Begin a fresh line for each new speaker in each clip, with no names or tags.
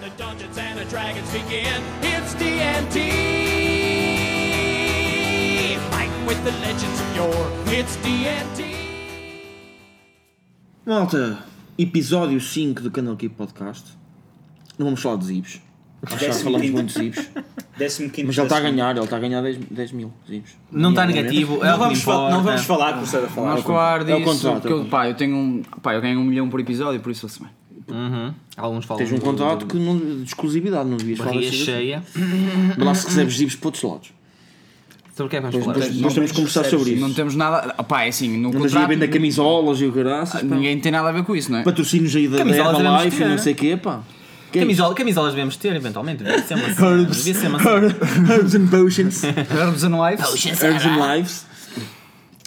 the Dungeons and the Dragons begin. It's D&D. Fighting with the legends of yore. It's D&D.
Malta, episódio 5 do Canal Keep Podcast. Não vamos falar de zibs. Nós Já
Décimo
falamos
quinto.
muito de zibs.
Décimo quinto.
Mas ele está a
décimo-
ganhar, ele está a ganhar 10, 10 mil zibs.
Não
tá
está
Minimamente.
negativo, é
Não
o que
vamos, fal-
importa.
não vamos falar, né? começar a falar.
Não.
Vamos falar
É o
disso,
contrato,
porque
é o
eu, pá, eu tenho um, pá, eu ganho um milhão por episódio, por isso eu semana. Alguns falam
Tens um
de-
contrato
de
que não, de exclusividade, não devias falar
barriga
dessas coisas.
cheia.
Mas lá se recebes zibs para outros lados.
Sobre o que é que vamos
Depois,
falar?
depois, depois temos que conversar sobre
Não
isso.
temos nada, ah, pá, é assim, no
Mas ia
contrato
vender camisolas e o caraças. pá.
Ah, ninguém tem nada a ver com isso, não é?
Patrocínios aí da
Camisolas devemos
Life e
tirar.
não sei o quê, pá. Que é isso?
Camisola, camisolas devemos ter, eventualmente. Devia ser uma cena. Devia ser uma cena.
Herbs and potions.
Herbs and Lives.
Herbs and lives.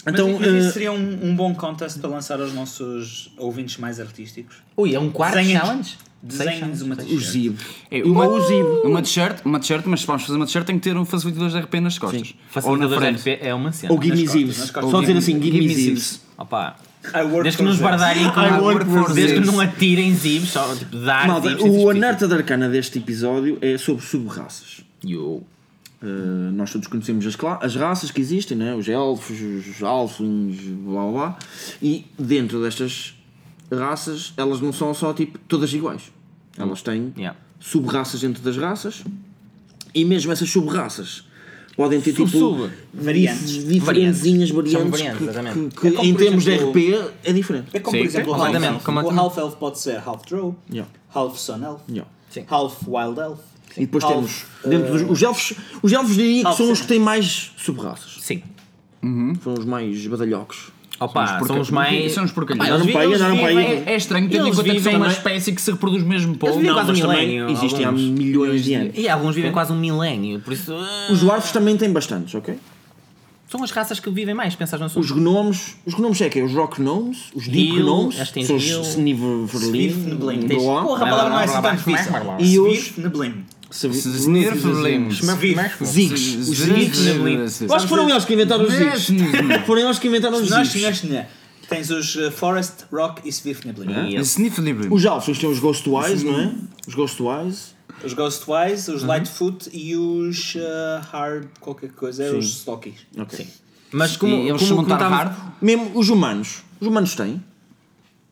Então,
mas, mas
eh,
isso seria um, um bom contest para lançar aos nossos ouvintes mais artísticos.
Ui, é um quarto
Desenha-nos-
challenge? Seis
Desenhem-nos
challenge?
uma
os
t-shirt.
zibs.
É,
Uma
uma-
usivo.
Uma t-shirt, uma t-shirt, mas se vamos fazer uma t-shirt tem que ter um facilitador de RP nas costas. Ou na
Facilitadores
frente.
de RP é uma cena.
Ou give me zibs.
nas costas.
Só
Ou
dizer
give-
assim, give me
give me
zibs.
Opa,
I work
desde que
for
nos
that.
bardarem com
I work for
Desde que
zibs.
não atirem zibs, só tipo, dar
Malta,
zibs.
o Anarta da Arcana deste episódio é sobre subraças. Eh, nós todos conhecemos as, cla- as raças que existem, né? os elfos, os alflings, blá blá blá. E dentro destas raças, elas não são só tipo todas iguais. Elas têm
Yeah.
sub-raças dentro das raças e mesmo essas sub-raças podem ter tipo
Sub-sub.
Variantes.
dif- diferentezinhas, variantes,
variantes,
que-
exatamente.
que, que
É como,
em
por
termos
exemplo,
de RP é diferente.
É como,
Sim,
por exemplo, o
completamente,
Half-Elf.
completamente.
O Half-Elf pode ser Half-Drow,
Yeah.
Half-Sun-Elf,
Yeah.
Sim.
Half-Wild-Elf.
E depois temos
eh,
dentro dos os elfos, os elfos diria que
elfos
são os
sim.
que têm mais sub-raças.
Sim.
São os mais badalhocos.
Opa,
Porque-
são os mais.
São os porcalhões.
Andaram
vi-
para aí,
eles
andaram para aí.
vivem-
É estranho, tendo em
Eles
conta que são
vivem
uma
na-
espécie que se reproduz mesmo
Eles
pouco.
vivem
Não,
quase um
mas também
milénio.
existem há
alguns.
milhões de anos.
E alguns vivem quase um milénio, por isso. ah,
Os dwarfs também têm bastantes, ok?
São as raças que vivem mais, pensas no assunto.
Os gnomes, os gnomes é que é os rock gnomes, os deep
Hill,
gnomes,
acho que tem
são os
Hill,
Sniffling.
Sniverlin,
Porra, a palavra não é assim tão difícil.
E os-
Swift Neblim.
Snirflims.
zigs, os zigs. Eu acho que foram eles que inventaram os zigs. Foram eles que inventaram os
Nós,
zigs.
nós, né? Tens os eh, Forest, Rock e Swift
Uhum.
Neblim.
Sniflibrim.
Os alfos têm os ghost eyes, não é? Os ghost eyes.
Os Ghostwise,
Uhum.
os Lightfoot e os eh, Hard qualquer coisa, é os Stockies.
Ok.
Mas como,
E eles
como
chamam de
comentávamos-
Tarhard?
um Mesmo os humanos. Os humanos têm.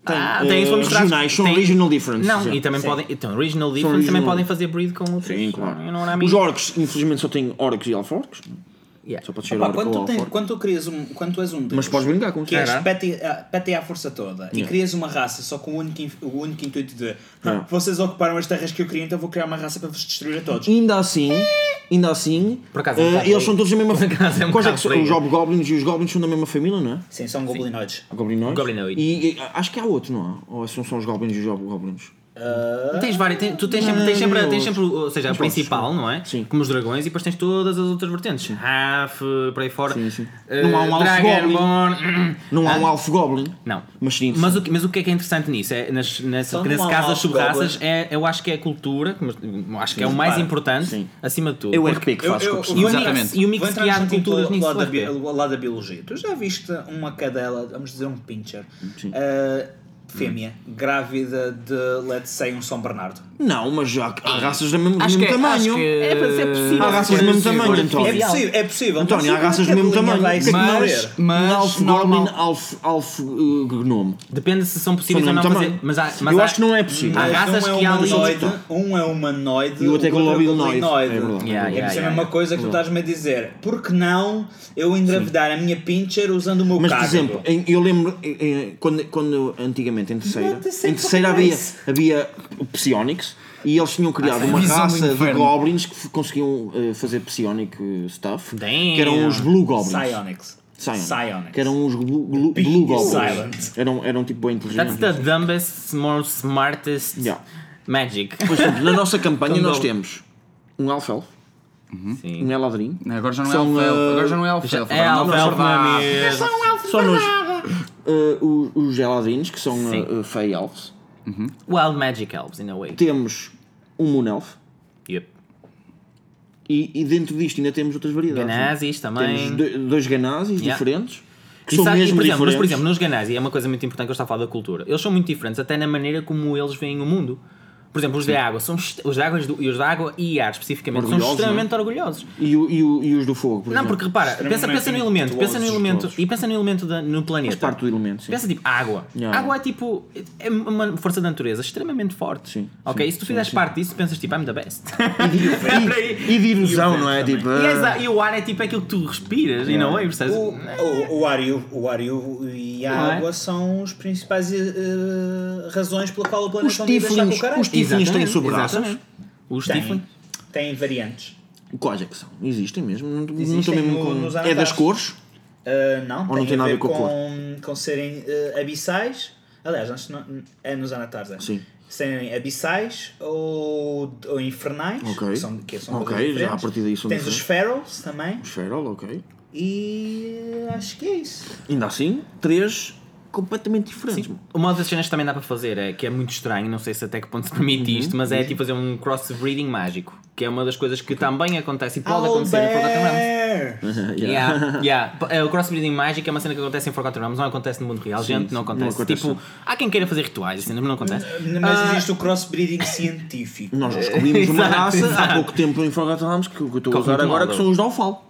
Ah,
eh,
têm os nomes
regionais, são regional differences.
Não,
é.
e também podem. Então, regional difference também
regional.
podem fazer breed com outros.
Sim, claro.
You know what I mean?
Os orcs, infelizmente, só têm orcs e alforques.
Yeah.
Só pode ser
Pá,
orc
quando,
ou
tu tens-
alforque.
quando tu crias um, quando tu és um deus,
Mas podes brincar com
que és
isso.
pete, ah, pete à força toda e crias uma raça só com o único, inf- o único intuito de "Ah, vocês ocuparam as terras que eu queria, então vou criar uma raça para vos destruir a todos.
Ainda assim, ainda assim,
Por acaso,
eh,
é um bocado
eles são todos da mesma
acaso, é um
família. Quais é que
bocado
são?
feio.
Os hobgoblins e os goblins são da mesma família, não é?
Sim, são goblinoides.
Goblinoides.
Goblinoides.
E, e, acho que há outro, não há? Ou são só os goblins e os hobgoblins?
Tens várias, tens- tu tens sempre, tens sempre, tens sempre ou seja, a
Mas podes,
principal, não é?
Sim.
Como os dragões, e depois tens todas as outras vertentes. Half, por aí fora.
Sim, sim.
Eh,
Não há um
Dragonborn.
Não há um alfgoblin?
Não.
Mas sim.
Mas o, que- mas o que é que é interessante nisso? É, nas, nas,
Só
nesse
não há
caso das
algo
sub-raças,
goblin.
é, eu acho que é a cultura, que eu acho que é o
Sim,
mais
claro.
importante,
Sim.
acima de tudo.
É o
Porque-
RP que faz com a
E o
personagem.
mix,
Exatamente.
e o
Vou
mix
entrar
que há
num
de
assunto
culturas
lá-
nisso.
lá da,
claro.
bi- lá da biologia. Tu já viste uma cadela, vamos dizer um pincher, ah, fêmea, grávida de, let's say, um São Bernardo?
Não, mas já há- há raças do mesmo, do
Acho
mesmo
que é.
tamanho.
É, mas é possível.
Há raças do mesmo tamanho, então.
É
António.
Real.
possível, é possível.
António, há
Mas
raças
uma
do mesmo
cadelinha
tamanho.
vai se morrer.
Mas,
Um
mas,
alfgoblin,
normal.
alf, alf eh, gnome.
Depende se são
São
possíveis
do
ou
mesmo
não.
tamanho.
fazer- Mas há, mas
Eu
há-
acho que não é possível.
Há
Mas
raças
um é
que há ali-
humanoide, um é humanoide
E o outro é goblinoide.
goblinoide.
É verdade.
é
Yeah, yeah,
isso é a
yeah,
mesma
yeah.
coisa que tu estás-me a dizer. Por que não eu engravidar a minha pincher usando o meu
Mas, por
cargo?
exemplo, é em- eu lembro em- em- quando, quando antigamente em terceira,
Não, terceira
em terceira
foi
havia,
isso.
havia psionics e eles tinham criado uma
visão do
raça de
inferno.
goblins que f- conseguiam eh, fazer psionic eh, stuff,
Damn.
que eram os blue goblins.
Psionics.
Psionic.
Psionics.
Que eram os blue, blue-
Be
blue goblins.
silent.
Eram, eram tipo bem inteligentes.
That's the dumbest, most smartest
Yeah.
magic.
Por exemplo, na nossa campanha
Então,
nós
go-
temos um alfel, um
Sim.
eladrin,
Agora já não é
São,
alfa-elfo.
eh,
Agora já não é
Já-
alfa-elfo.
É
agora não
alfa, alfa, não é
alfa-elfo.
mesmo.
só nos eh, o- os eladrins que são
Sim.
eh, eh, fey elves.
Wild magic helps, in a way.
Temos um moon elf.
Yep.
E, e dentro disto ainda temos outras variedades.
Ganazis
não é?
também.
Temos do- dois ganazis
Yeah.
diferentes. Que
E
são
sabe- e,
mesmo
por exemplo, mas, por
diferentes.
exemplo, nos ganais, e é uma coisa muito importante que eu estava a falar da cultura, eles são muito diferentes até na maneira como eles veem o mundo. Por exemplo, os da água, são est- os da água, e do- e os da água e ar especificamente,
Orgulhosos,
são extremamente orgulhosos.
E, o- e o- e os do fogo, por
não,
exemplo.
porque repara, pensa, pensa no elemento, pensa no
virtuosos,
elemento e pensa no elemento da- no
Faz
planeta.
parte do elemento, sim.
Pensa tipo água.
Yeah.
Água é tipo é uma força da natureza extremamente forte.
Sim,
Ok,
sim,
e se tu
sim,
fizeres
sim.
parte disso, pensas tipo I'm the best.
E, e de ilusão, não é? Tipo,
E, és
ah,
a- e o ar é tipo aquilo que tu respiras e não é, percebes?
O, o, o ar e o, o ar e o- e a
Não é?
água são as principais eh, eh, razões pela qual o planeta
Os
não devia deixar com o
tiflins-
caralho.
os tiflins têm
Exatamente,
sub-raças.
exatamente. Os
Tem,
Tiflin.
tem variantes.
Quais é que são? Existem mesmo? Não, não estou
Existem
mesmo
no- nos
com... É
Ananás.
das cores?
Uh, não,
Ou
tem,
não tem
a
nada
ver
com a cor?
com, com serem uh, abissais. Aliás, antes não- é nos Anatars, é?
Sim.
Serem abissais ou, ou infernais.
Ok.
Que são, que são
Ok,
coisas
já
diferentes.
a partir daí são
Tens os
diferentes.
ferals também.
Feral, ok.
E acho que é isso.
Ainda assim, três completamente diferentes.
Sim.
mano.
Uma das cenas que também dá para fazer, é, que é muito estranho, não sei se até que ponto se permite
Uhum,
isto, mas é tipo fazer um crossbreeding mágico, que é uma das coisas que também acontece e pode acontecer em Forgotten Realms.
Owlbear!
Yeah, yeah. P- é, O crossbreeding mágico é uma cena que acontece em Forgotten Realms, não acontece no mundo real, gente, não
sim,
acontece.
não acontece.
Tipo, há quem queira fazer rituais, assim, mas não acontece.
Mas
Ah,
existe o crossbreeding científico.
Nós descobrimos uma
Exato,
raça há
exato. é
pouco tempo em Forgotten Realms que, que eu estou a
Com
usar
muito
agora, é
mal,
que são os Dalfal.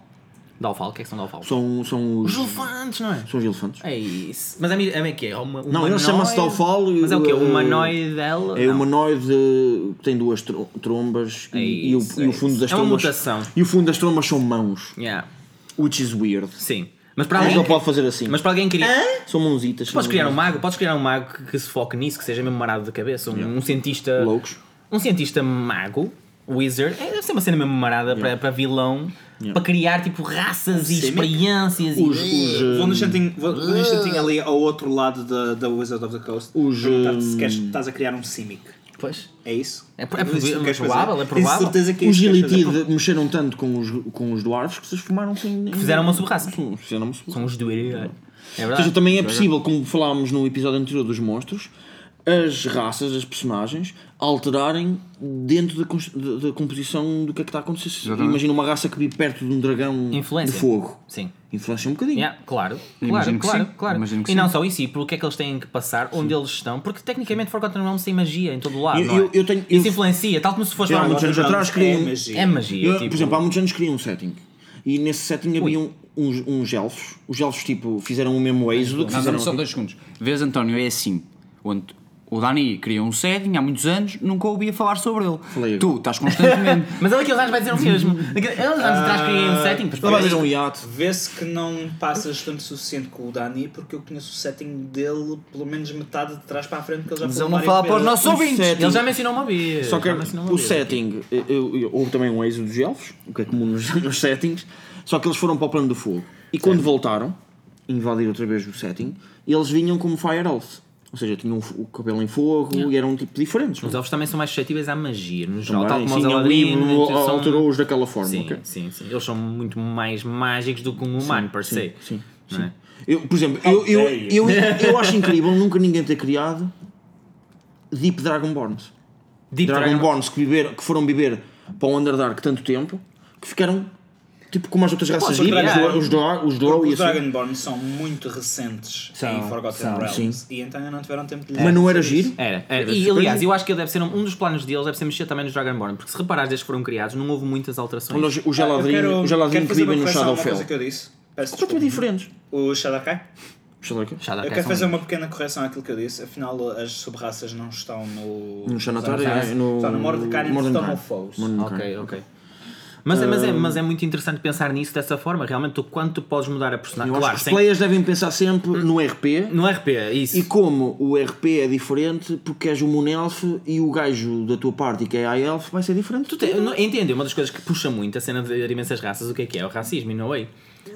Dalfal, o que é que são Dalfal?
São, são os...
Os elefantes, não é?
São os elefantes.
É isso. Mas é, mi- é meio que é
Não,
uma,
ele
humanoide-
chama-se Dalfal e
Mas é o
o-
quê? O humanoide ela?
eh, É
Não.
o humanoide eh, que tem duas tro- trombas e,
É
e o-
isso,
e o,
é
fundo
isso.
das
É uma
trombas.
mutação.
E o fundo das trombas são mãos.
Yeah.
Which is weird.
Sim. Mas para
Mas
alguém.
ele
que-
pode fazer assim.
Tá Mas para alguém queria.
São mãozitas.
Podes
são
criar um mago, podes criar um mago que, que se foque nisso, que seja mesmo marado de cabeça, um, um cientista.
Loucos.
Um cientista mago, wizard, é, deve ser uma cena mesmo marada para, para vilão, para criar tipo raças e experiências
Os,
e.
os, eh,
Vou num instantinho, vou, vou num instantinho ali ao outro lado da, da Wizard of the Coast.
Os, eh,
perguntar-te se queres, estás a criar um Simic.
Pois.
É isso?
É pro- é
Mas isso
provável,
tu queres
é provável,
fazer?
é provável.
Tens certeza que é
os
isso que queres fazer?
Gilitid mexeram tanto com os, com os dwarves que se formaram-se em. em-
Fizeram uma sub-raça.
Sim, Fizeram uma sub-raça.
São os do É
Ou
verdade.
seja, também é possível, como falámos no episódio anterior dos monstros, as raças, as personagens, alterarem dentro da, cons- da- da composição do que é que está a acontecer. Se- Imagina uma raça que vive perto de um dragão
Influência.
de fogo.
Sim.
Influencia um bocadinho.
Yeah, claro, claro,
Imagino que
claro,
sim.
claro.
Imagino que
E
sim.
não só isso, e pelo que é que eles têm que passar, onde eles estão, porque tecnicamente Forgotten Realms tem magia em todo o lado.
Eu-
não é?
eu- eu tenho-
Isso
eu-
influencia, tal como se fosse
Eu
lá
há
um-
muitos anos atrás
É
criei um-
magia.
É magia.
Eu,
tipo,
Por exemplo, há muitos anos criei um setting. E nesse setting havia um- uns, uns elfos. Os elfos, tipo, fizeram o mesmo êxodo. que
Não,
fizeram
dá-me só
aqui.
dois segundos. Vês, António, é assim. O, Ant- o Dani criou um setting há muitos anos, nunca ouvia falar sobre ele.
Falei agora.
tu estás constantemente.
Mas ele aqui anos vai dizer o mesmo. Aqueles anos atrás criei um setting, pois
Não vai
peraí.
haver um iate.
Vê-se que não passas tanto suficiente com o Dani, porque eu conheço o setting dele pelo menos metade de trás para a frente, que ele já
Mas
falou
ele não
várias
fala para os
vezes.
nossos ouvintes.
Um setting.
Ele já mencionou uma vez.
Só que
já mencionou uma
o
vez.
setting, eu-
tipo.
eu- houve também um êxodo dos elfos, o que é comum nos, nos settings, só que eles foram para o plano do fogo. E quando voltaram, invadiram outra vez o setting, eles vinham como Fire Elves. Ou seja, tinham o cabelo em fogo e eram um tipo diferentes.
Os elfos também são mais suscetíveis à magia, no geral,
Também,
tal como
sim,
os
o
aladinos.
livro
são-
alterou-os daquela forma.
Sim,
ok?
sim, sim. Eles são muito mais mágicos do que um humano, per se.
sim,
Não é?
Eu, por exemplo, eu, eu,
dare
eu, eu acho incrível nunca ninguém ter criado Deep Dragonborns.
Deep
Dragonborns que, viver, que foram viver para o Underdark tanto tempo que ficaram tipo como as outras raças
os
Deep, os,
Dragon-
Dro- os, Dro- os Drow e
Os
assim.
Dragonborn são muito recentes em Forgotten Realms e então ainda não tiveram tempo de
Mas não era giro?
Era, era.
Era
E
super
aliás,
giro.
eu acho que ele deve ser um, um dos planos deles deve ser mexer também nos Dragonborn, porque se reparares desde que foram criados, não houve muitas alterações.
Quando os- o
Eu
geladrinho,
quero-
o geladrinho
quero
um que
fazer uma
vivem no
correção a uma
Shadowfell.
coisa que eu disse. Peço
São
desculpa.
diferentes.
O Shadakai?
Shadowfell.
Shadow
Eu quero
Cat são
fazer
um-
lindos.
uma pequena correção àquilo que eu disse. Afinal, as sub-raças não estão no.
No Xanatar,
Xanatar.
é, no-
Estão no Mordecai e no
Mordecai.
Stomopholes.
Ok, ok. Mas, é- mas,
Um-
é, mas é muito interessante pensar nisso dessa forma, realmente, tu, quanto podes mudar a personagem.
Eu
Claro, Hum.
acho que
sem-
os players devem pensar sempre no RP
no RP, isso.
e como o RP é diferente porque és o Monelf e o gajo da tua parte que é a Elf vai ser diferente.
Tu te- eu não- entende, uma das coisas que puxa muito a cena de imensas raças, o que é que é? O racismo, e não é?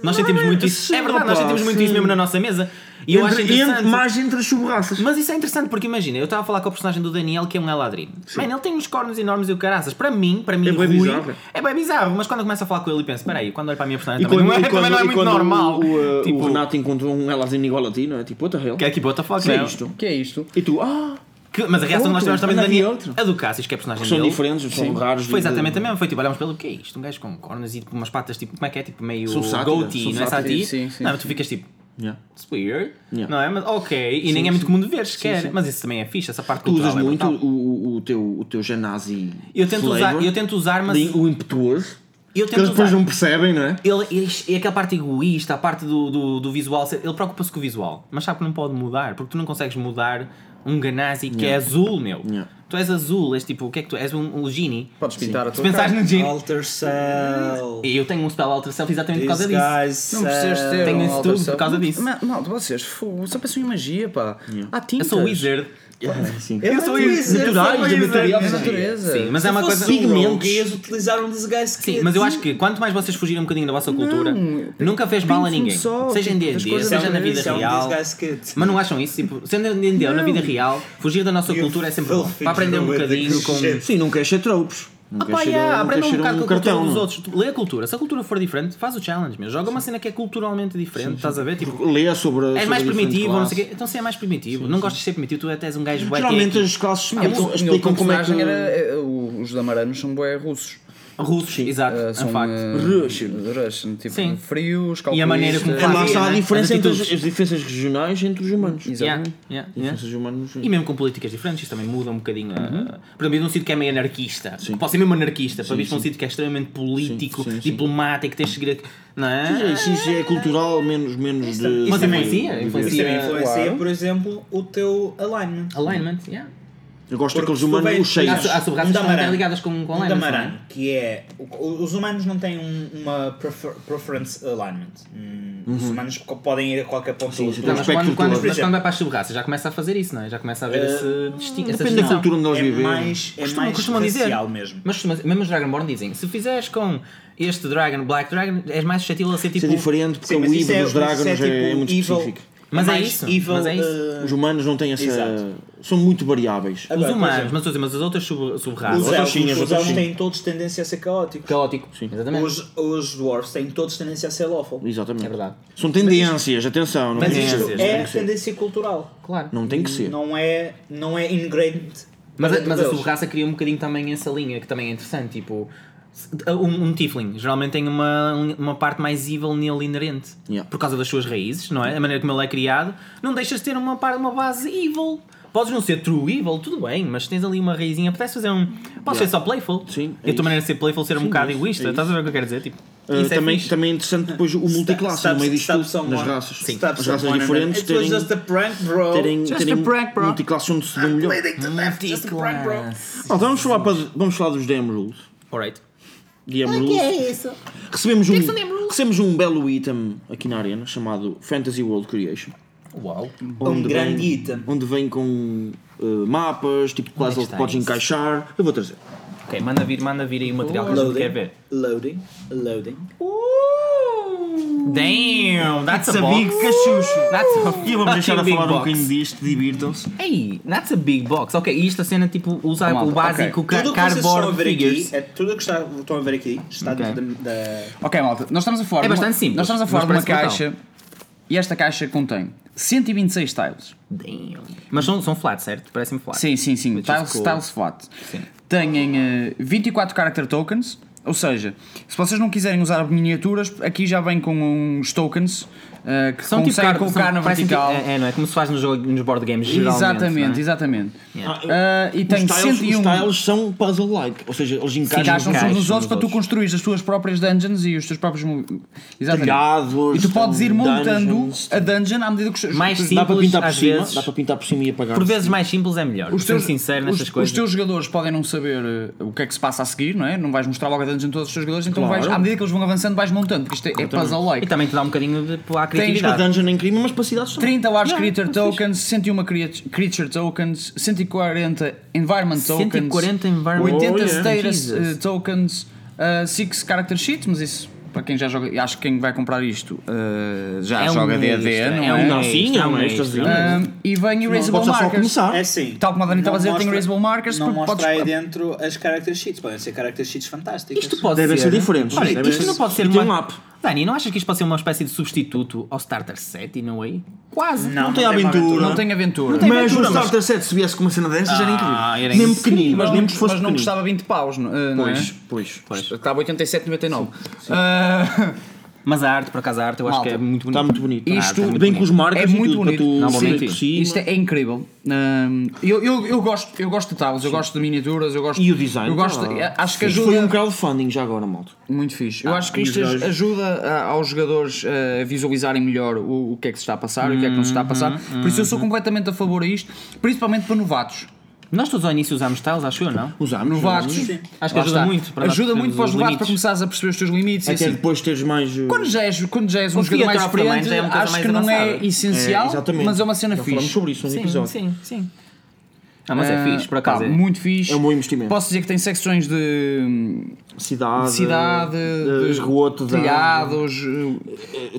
Nós sentimos muito isso.
sim,
é verdade,
rapaz,
nós sentimos muito
sim.
isso mesmo na nossa mesa. E eu acho
entre, entre,
interessante.
mais entre as sub-raças.
Mas isso é interessante porque imagina, eu estava a falar com o personagem do Daniel que é um eladrino. Mano, ele tem uns cornos enormes e o caraças. Para mim, para mim,
É bué
Rui,
bizarro.
é bem bizarro. Mas quando eu começo a falar com ele e penso, peraí, quando olho para a minha personagem
E
também,
quando,
não é,
e quando-
também não é
e
muito
quando o-
normal.
O, uh, o
tipo,
Renato encontrou um elazinho igual a ti, não é? Tipo, outra hell.
que é tipo, what the fuck,
que é
não é?
isto?
que é isto?
E tu, ah,
Que- mas a reação que nós
Outro,
tivemos também do
mas havia
Daniel,
outro.
a do Cassius, que é a personagem
são
dele,
diferentes, são raros.
Foi
de-
exatamente a mesma, foi tipo, olhamos para ele, o que é isto? Um gajo com cornas e tipo, umas patas, tipo, como é que é? Tipo, meio
Sou sátira,
goatee,
sou
não é
sátira,
sátira?
sim, sim,
não,
sim.
tu ficas tipo,
Yeah.
It's weird.
Yeah.
Não é? Mas ok. E nem é muito comum de ver sequer. Mas isso também é fixe, essa parte
Tu usas
cultural é
muito
brutal.
o, o, o teu, o teu genazi
Eu tento
flavor,
usar, eu tento usar, mas.
de- o impetuoso,
Eu
que
tento
eles depois
usar.
não percebem, não é?
Ele, ele- é aquela parte egoísta, a parte do, do, do visual. ser- Ele preocupa-se com o visual, mas sabe que não pode mudar, porque tu não consegues mudar um Ganassi que é azul, meu.
Yeah.
Tu és azul, és tipo, o que é que tu és? Um, um Genie.
Podes pintar a
Se
tua
pensares
cara.
no Genie.
Alter Cell.
Eu tenho um spell alter self exatamente por causa
These
disso.
guys
Não precisas
sell.
ter
Tenho
um
isso
alter
tudo por
self.
causa disso.
Mas, malta, vocês, fogo, só pensam em magia, pá. Há
Eu
tintas.
sou um wizard.
Sim.
Eu sou wizard.
Naturais,
sou
de material da
wizard.
natureza.
Sim, mas é uma coisa.
Pigmentos. Ias utilizar um These Guys
Sim, mas eu acho que quanto mais vocês fugirem um bocadinho da vossa cultura, nunca fez mal a
pintem-me
ninguém.
só,
seja em
tipo, as
D&D,
coisas
seja na vida
natureza, é um
real.
These Guys Kid.
Mas não acham isso? Tipo, sendo em D&D ou na vida real, fugir da nossa
You
cultura é sempre bom.
filthy
Para aprender um
druid,
bocadinho com...
shit.
Sim, não queres ser tropos. Não
Ah,
queres
pá,
ser,
yeah,
não queres
aprendam um
ser
bocado com a cultura
cartão.
dos
não.
outros. Tipo, Lê a cultura. Se a cultura for diferente, faz o challenge mesmo. Joga uma cena que é culturalmente diferente, estás a ver? Tipo,
Lê sobre a- sobre
és mais
a diferente
primitivo, não
classe.
sei o quê. Então se é mais primitivo, não gostas de ser primitivo, tu até és um gajo bué
Geralmente
geeky.
as classes
Ah,
explicam,
o-
explicam
o
como é que...
personagem era, eh, o- os damaranos são bué russos.
russos, exato,
Eh,
é
são
facto.
eh, Russian, tipo
Sim.
frios,
E a maneira como
calculistas.
fazem,
Lá está a
né?
diferença
As
entre as,
atitudes.
as diferenças regionais entre os humanos.
Yeah, yeah,
As
yeah.
diferenças humanas.
E mesmo com políticas diferentes, isso também muda um bocadinho. a-
Uhum.
Por exemplo, eu de um sítio que é meio anarquista. Pode ser mesmo anarquista, para vir para um sítio que é extremamente político,
Sim, sim, sim.
diplomático, tens de seguir. a- Não é?
Sim, sim, é cultural, menos, menos de.
Mas
de-
influencia,
de-
influencia.
Isso também
Sim,
influencia,
claro.
por exemplo, o teu alignment.
Alignment, yeah.
Eu gosto
Porque
daqueles
se tu
humanos,
vês-
os
Há,
cheios.
su- há sub-raças que estão
Damarano.
até ligadas com, com
Um
alignment. não
Damarano,
é?
que é. o- Os humanos não têm um- uma prefer- preference alignment. Hum, Os humanos co- podem ir a qualquer ponto do
Uhum. sim,
Não,
Um
mas
espectro
quando, quando,
todo.
mas quando vai para as sub-raças já começa a fazer isso, não é? Já começa a haver esse distin- essa
Eh, Depende da
distinção.
cultura onde nós
é
vivemos.
mais, é
Costuma-
mais
costumam dizer.
racial mesmo.
Mas costuma- mesmo os Dragonborn dizem: se fizeres com este Dragon, Black Dragon, és mais suscetível a ser
Isso
tipo.
é diferente porque
Sim, mas
o
isso
Ivo
é-
dos
mas isso
Dragons é,
tipo
muito
evil-
específico.
Mas é
mais
isso,
evil,
mas é isso.
uh,
Os humanos não têm essa.
Exato.
São muito variáveis.
Os
Agora, por
humanos,
exemplo,
mas, estou a dizer, mas as outras sub- sub-raças.
Os
outras
elfos,
sim, as
os
outras
elfos
sim.
têm todos tendência a ser caóticos.
Caótico. Sim. Exatamente.
Os, os dwarfs têm todos tendência a ser lawful.
Exatamente.
É verdade.
São tendências, atenção, não
Mas
tem
isto
essas, não
É
tem que ser.
tendência cultural.
Claro.
Não tem que ser.
Não é, não é ingrained.
Mas,
é
Mas-
a- mas a
mas eles-
sub-raça cria um bocadinho também essa linha, que também é interessante. Tipo, se- um, um tiefling geralmente tem uma, uma parte mais evil nele inerente.
Yeah.
Por causa das suas raízes, não é? A maneira como ele é criado. Não deixas de ter uma, par- uma base evil. Podes não ser true evil, tudo bem, mas tens ali uma raizinha. Pudeste fazer um. Posso ser só playful.
Sim,
E
é
a
isso.
tua maneira de ser playful ser um
Sim,
bocado
é isso,
egoísta.
é
Estás a ver o que eu quero dizer? Tipo,
Ah,
isso é
também,
fixe.
também é interessante depois o multiclasse no meio disto
Stop
tudo,
someone.
nas raças.
Sim. Stop
As raças
someone,
diferentes
man. né? It was
terem,
just a prank, bro.
terem,
Just
terem
a prank, bro.
multiclasse onde se dão melhor.
Just a prank, bro.
Malta, vamos, falar para, vamos falar dos DM Rules.
Alright.
DM Rules.
isso?
Recebemos um,
são DM Rules?
recebemos um belo item aqui na arena chamado Fantasy World Creation.
Uau.
Um
Onde
grande
vem-
item.
Onde vem com eh, mapas, tipo puzzle que
está
podes
isso?
encaixar. Eu vou trazer.
Ok, manda vir, manda vir aí o material que a gente quer ver.
Loading. Loading.
Damn, that's a
Sabia
big
que cachucho.
That's a
E vamos deixar a
fucking big
falar um
box.
bocadinho disto, divirtam-se.
Ei, that's a big box. Ok, e isto a cena tipo usa
Malta,
o básico ca-
Tudo o que vocês estão a
cardboard
ver aqui,
figures.
é tudo o que está- estão a ver aqui, está
Ok.
dentro da... da-
Ok, malta, nós estamos a falar.
É
de uma-
bastante simples,
Nós estamos a falar
mas
de uma
parece brutal.
caixa e esta caixa contém 126 tiles.
Damn. Mas são, são flat, certo? Parecem flat.
Sim, sim, sim.
Which
Tiles,
is cool.
tiles flat. Têm eh, 24 character tokens. Ou seja, se vocês não quiserem usar miniaturas, aqui já vem com uns tokens eh, que
São tipo
conseguem
car-
colocar
são-
na
parecem
vertical.
tipo- é, é, não é? Como se faz nos, jogo- nos board games geralmente.
Exatamente,
não é?
exatamente.
Yeah.
Ah, e tem
Os tiles,
101
os tiles são puzzle-like, ou seja, eles
que
encaixam
encaixam-se uns
encaixam nos
nos outros um para tu
outros.
construís as tuas próprias dungeons e os teus próprios. mo- Exatamente.
Telhados,
e tu podes ir montando
dungeons.
a dungeon à medida que os,
Mais
os-
simples,
Dá para pintar por
às
cima,
vezes.
dá para pintar por cima e apagar.
Por vezes mais simples é melhor.
os
Sendo sincero
os-
nessas coisas.
os teus jogadores podem não saber eh, o que é que se passa a seguir, não é? Não vais mostrar logo a dungeon a todos os teus jogadores, então
Claro.
vais, à medida que eles vão avançando, vais montando, porque isto é, é
E
puzzle-like.
também te dá um bocadinho de pô, à
para
criatividade.
dungeon em crime, mas para cidades também.
30 large creature
então
tokens, 101 creat- creature tokens, 140 environment tokens,
140 environment-
80
Oh, yeah.
status eh,
Jesus.
tokens, 6 character sheets, mas isso para quem já joga, e acho que quem vai comprar isto eh, já
É um
joga
extra,
DD, não é?
é um
Não, sim,
extra,
é um
é
extra.
extra.
sim.
Ah, e vem erasable
Podes só
markers.
começar.
É assim.
Tal como a Dani estava a dizer,
não
tem
mostra-
erasable markers,
Não
porque
mostra
podes-
aí dentro as character sheets. Podem ser character sheets fantásticas.
Isto pode
Devem
ser.
ser diferentes.
Olha,
Devem
isto
ser-
não pode ser
e tem
uma-
um app.
Dani, não achas que isto pode ser uma espécie de substituto ao Starter set e não aí? Quase.
Não,
tem
uma
aventura.
Não tem aventura.
tem
Mas o
aventura, mas-
Starter 7 se viesse com uma cena dessas era incrível.
era
nem
incrível.
pequenino,
mas
mas
não,
nem que fosse
mas não é?
pequenino.
custava 20 paus, não, eh, não é?
Pois, pois.
Estava 87,99. Ah,
Mas a arte, por acaso, a arte eu acho
Malta,
que é muito bonita.
Está tá muito bonito.
Ah,
Isto
está muito
bem
bonito.
com os marcas
É
e
muito
tudo, para
bonito.
tu
Não,
sair
bonito.
por cima.
Isto é, é incrível. Hum, eu, eu, eu gosto, eu gosto de tábuas, eu gosto de miniaturas, eu gosto.
E o design.
Eu gosto, eh, é,
tá-
acho que
Isto foi
ajuda.
um crowdfunding já agora, malta.
Muito fixe. Eu acho que
e
isto
os gajos?
ajuda a- aos jogadores eh, a visualizarem melhor o, o que é que se está a passar, o que é que não se está a passar.
Uhum,
Por isso eu sou completamente a favor a isto, principalmente para novatos.
Nós todos ao início usámos tiles, acho eu, não?
Usámos.
Novatos.
Acho que
Lá
ajuda
está.
muito para nós
ajuda
percebermos
muito para os
os
novatos
limites.
para começares a perceber os teus limites. e
Até
assim.
depois teres mais... uh,
Quando já és, quando já és um jogador mais
teatro também
experiente,
já é uma coisa
acho
mais
que não é
avançada.
essencial,
é, exatamente.
mas é uma cena
Já
fixe.
Falamos sobre isso num
Sim,
Um episódio.
sim, sim. Ah, mas é fixe, por acaso.
Pá,
é.
Muito fixe.
É um bom investimento.
Posso dizer que tem secções de
Cidade.
cidade,
de esgoto. de-
telhados,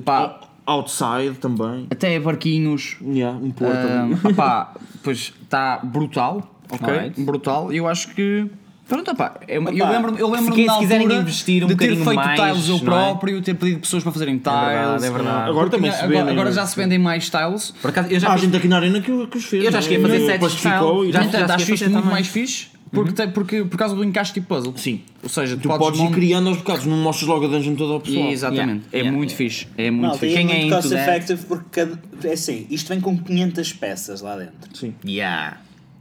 pá,
Outside também.
até barquinhos.
Yeah, um porto. ali.
Ah, pá, pois está brutal, ok?
Alright.
Brutal. Eu acho que. Pronto, pá, eu, eu
Opá,
lembro-me eu
se
lembro
quis-
na altura
quiserem investir um
de ter
bocadinho
feito
mais,
tiles eu
não é?
próprio, ter pedido pessoas para fazerem tiles.
É verdade, é verdade.
Agora também
Porque
se vê.
agora-
né?
agora já se vendem mais tiles.
Por acaso, eu já
Há
fiz-
Ah, gente aqui na arena que, que os fez.
Eu já
né?
cheguei a fazer
E
sets de
plastificou
style.
e-
Já-
No entanto,
se
acho
fiz
isto
também. Uhum.
muito mais fixe porque, tem- porque, por causa do encaixe de puzzle.
Sim.
Ou seja, tu,
Tu podes ir
mon-
criando aos bocados, não mostras logo a dungeon toda ao pessoal.
Exatamente.
Yeah,
É
yeah,
muito
yeah.
fixe. É muito
Malta,
fixe.
e é
Quem é
muito
into
cost
that?
effective porque cada, é assim, isto vem com 500 peças lá dentro.
Yeah.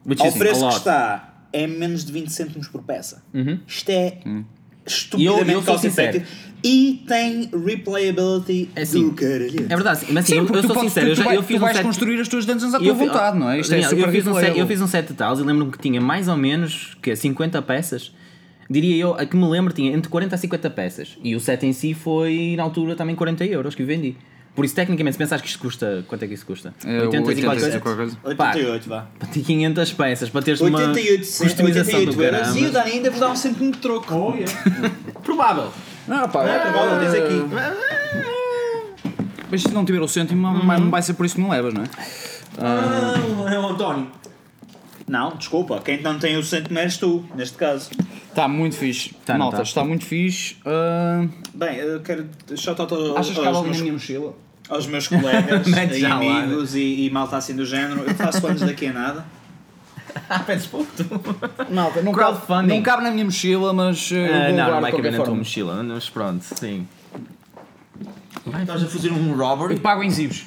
Which
Ao
is a
preço que
lot. Uhum.
está, é menos de 20 cêntimos por peça. Isto é
E eu- eu
estupidamente
sou
cost
sincero.
effective e tem replayability
É assim,
do caralho.
É verdade, mas assim,
Sim,
eu,
porque
eu
tu
sou
podes-
sincero,
tu-
eu,
tu
já,
vai-
eu fiz
tu
um
vais
set...
construir as tuas dungeons à
eu
tua
fi-
vontade, não é? Isto é
Daniel,
super
eu fiz, um set,
revelável.
eu fiz um set de tiles, eu lembro-me que tinha mais ou menos que 50 peças. Diria eu, a que me lembro tinha entre 40 a 50 peças. E o set em si foi, na altura, também 40 euros que vendi. Por isso, tecnicamente, se pensares que isto custa, quanto é que isso custa?
É,
80 e qualquer
80
coisa.
é qualquer coisa.
88, vá.
Para ter 500 peças, para teres uma
88, cent-
customização
88
do
euros. E o
caramba.
Dani ainda vos dá um cêntimo de troco.
Provável.
Não, pá,
Agora diz aqui.
mas se não tiver o cêntimo,
Uhum.
mas não vai ser por isso que não levas, não é?
É o António.
Não, desculpa, quem não tem o cêntimo és tu, neste caso.
Está muito fixe.
Tá, não
Malta,
tá.
está muito fixe. Ah,
Bem, eu quero shout out aos,
achas
aos
que cabe alguma
meus,
na minha mochila?
aos meus colegas
Mete
e
já lá. né?
amigos e, e malta assim do género. Eu faço anos daqui a nada.
Peço pouco.
Malta, não cabe,
Crowdfunding.
não cabe na minha mochila, mas ah, eu vou
não, é
levar
não
de
vai
qualquer
caber na tua
forma.
mochila, mas pronto, sim.
Estás a fazer um robbery?
Eu pago em zibos.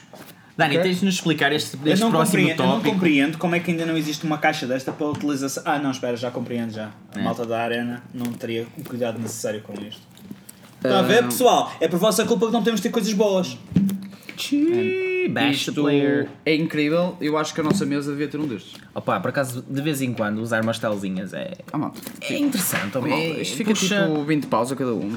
Dani, tens de nos explicar este,
Eu
este
não,
próximo
compreendo, eu não
tópico.
compreendo como é que ainda não existe uma caixa desta para utilização. Ah, não, espera, já compreendo já.
É.
A malta da arena não teria o cuidado necessário com isto.
Ah.
Está a ver, pessoal? É por vossa culpa que não temos de ter coisas boas.
Ih, Bash the
Isto
player.
é incrível. Eu acho que a nossa mesa devia ter um destes.
Opa, por acaso, de vez em quando, usar umas telzinhas é,
Ah, malta.
é interessante. ó, malta.
É, isto fica
Puxa,
tipo 20 paus a cada um.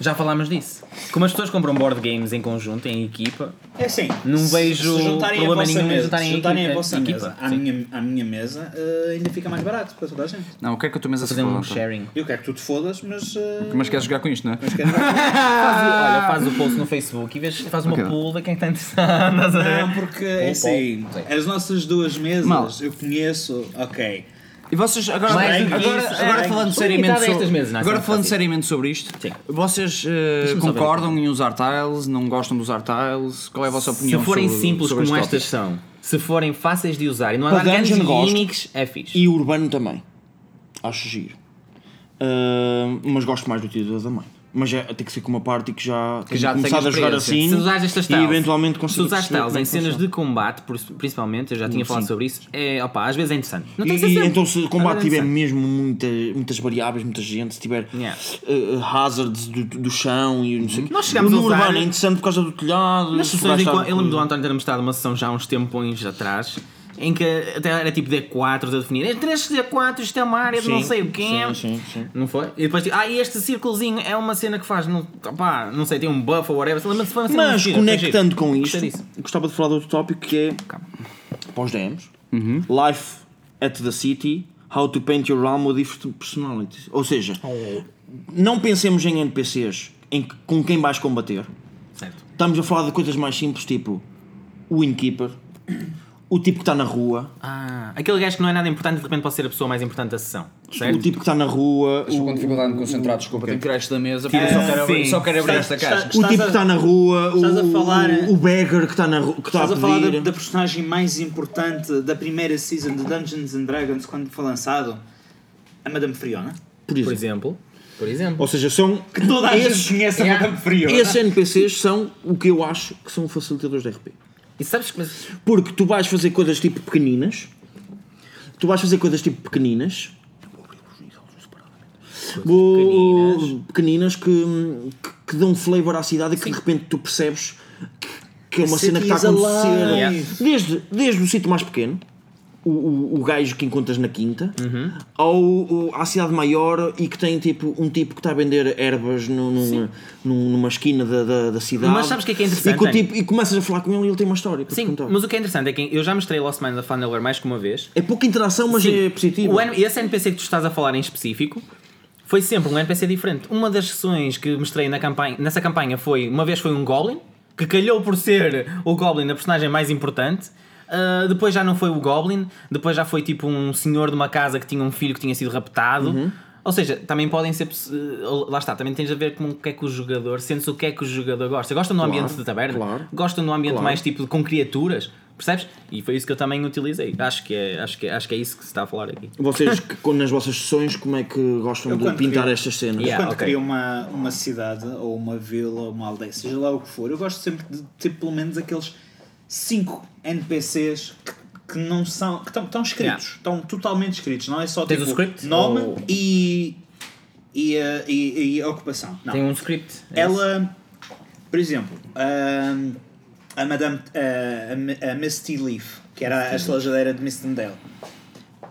Já falámos disso. Como as pessoas compram board games em conjunto, em equipa,
É assim.
Não
se-
vejo
se juntarem
problema
a vossa
nenhum em
mesa,
juntarem
se
a
juntarem a
equipa-
vossa
equipa,
mesa à
sim.
minha, à minha mesa, eh, ainda fica mais barato para toda a gente.
Não, eu quero que a tua mesa se
fazer
foda,
um
António.
sharing.
Eu quero que tu te fodas, mas. eh,
Mas queres jogar com isto, não é?
mas quero dar-
Faz o- olha, faz o post no Facebook e vês, faz uma
Ok.
pool, vê quem está interessado. estás a ver?
Não, porque é assim. As nossas duas mesas
Mal.
eu conheço, ok.
E vocês agora,
Mais
agora,
do que
agora,
isso, é.
falando
Sou
seriamente
limitado a
sobre,
estas mesas, não é?
agora
Sim,
falando
sim.
seriamente sobre isto,
Sim.
vocês eh,
só ver.
concordam em usar tiles? Não gostam de usar tiles? Qual é a vossa opinião?
se forem
sobre-
simples
sobre
como
este
estas são, se forem fáceis de usar e não há
Para
grandes
dungeon gosto.
gimmicks, é fixe.
E urbano também. Acho giro. Ah, mas gosto mais do tiro da mãe. Mas é, tem que ser com uma parte que já
já
tenha
tenha
começado a jogar
experiência.
assim
Se usares estas
e
tiles,
eventualmente
se
consigo
usares
perceber
tiles
como é
em
que
cenas
funciona.
de combate, por- principalmente, eu já tinha falado sobre isso, é, opa, às vezes é interessante. Não tem que ser
E, e
sempre.
então se o combate
Às vezes é
tiver
interessante.
mesmo muita, muitas variáveis, muita gente, se tiver
Yeah.
eh, hazards do, do chão e não sei o quê.
Nós chegámos
no
a usar-
urbano é interessante por causa do telhado.
Nas
se
sessões, em
baixar-
que- eu lembro do António ter mostrado uma sessão já há uns tempões atrás, em que até era tipo D4 a definir. É 3 D4, isto é uma área de não
Sim,
sei o quê.
sim, sim, sim.
Não foi? E depois tipo, ah, e este círculozinho é uma cena que faz, não, opá, não sei, tem um buff ou whatever. Lembra-se foi uma cena
Mas
muito gira, foi giro.
conectando com isto,
Gostei disso.
gostava de falar de outro tópico que é para os DMs: Life at the City, How to Paint Your Realm with Different Personalities. Ou seja, não pensemos em NPCs em que- com quem vais combater.
Certo.
Estamos a falar de coisas mais simples, tipo o Innkeeper, o tipo que está na rua,
Ah, aquele gajo que não é nada importante, de repente pode ser a pessoa mais importante da sessão. Certo?
o tipo que está na rua,
Estou
o,
com dificuldade de me concentrar, desculpa, tenho que tirar isto da mesa porque
Tira,
eu só quero,
sim.
abrir- só quero abrir esta
Está-
o
caixa.
estás
tipo
a-
que está na rua,
estás a
o,
falar-
o, o beggar que está na rua, que está a
Estás a falar da,
pedir.
da personagem mais importante da primeira season de Dungeons and Dragons quando foi lançado? A Madame Friona?
Por exemplo.
Por exemplo. Por por exemplo.
Ou seja, são.
Que toda a
esses,
gente conhece no
Yeah.
Campo Frio.
esses NPCs são o que eu acho que são facilitadores de RP.
E sabes que. mas-
Porque tu vais fazer coisas tipo pequeninas. Tu vais fazer coisas tipo pequeninas.
tipo
Vou- pequeninas, que, que- que dão flavor à cidade e que de repente tu percebes que, que é uma cena que está a
city is
acontecer.
alive.
Desde, desde o sítio mais pequeno, o, o, o gajo que encontras na quinta,
Uhum.
ao, ao- à cidade maior e que tem tipo um tipo que está a vender ervas num- num- num- numa esquina da, da, da cidade.
Mas sabes o que é que é
E, que o
interessante,
tipo- e começas a falar com ele e ele tem uma história. para te
Sim,
contar.
mas o que é interessante é que eu já mostrei Lost Mind da Fandler mais que uma vez.
É pouca interação, mas
Sim.
é positivo.
O N- esse NPC que tu estás a falar em específico foi sempre um NPC diferente. Uma das sessões que mostrei na campanha, nessa campanha foi uma vez foi um Goblin, que calhou por ser o Goblin a personagem mais importante. Ah, depois já não foi o Goblin, depois já foi tipo um senhor de uma casa que tinha um filho que tinha sido raptado.
Uhum.
Ou seja, também podem ser. pos- eh, Lá está, também tens a ver com o que é que o jogador sente, o que é que o jogador gosta. Gostam do ambiente de taberna?
claro.
Gostam do ambiente
Claro.
mais tipo com criaturas? Percebes? E foi isso que eu também utilizei. Acho que é, acho que é, acho que é isso que se está a falar aqui.
Vocês, que- quando nas vossas sessões, como é que gostam
Eu
de
quando
pintar
crio-
estas cenas?
Yeah.
Quando
ok.
crio uma, uma cidade, ou uma vila, ou uma aldeia, seja lá o que for, eu gosto sempre de ter pelo menos aqueles 5 NPCs que, que não são. que estão estão escritos, estão totalmente escritos, não é só
Tens
tipo,
o script?
nome
Ou-
e, e, eh, e, e ocupação. Não.
Tem um script. é isso?
Ela, por exemplo, ahm, a Madame, ah, a, Mi- a Miss Tea Leaf, que era a estalajadeira de Miss Tindale,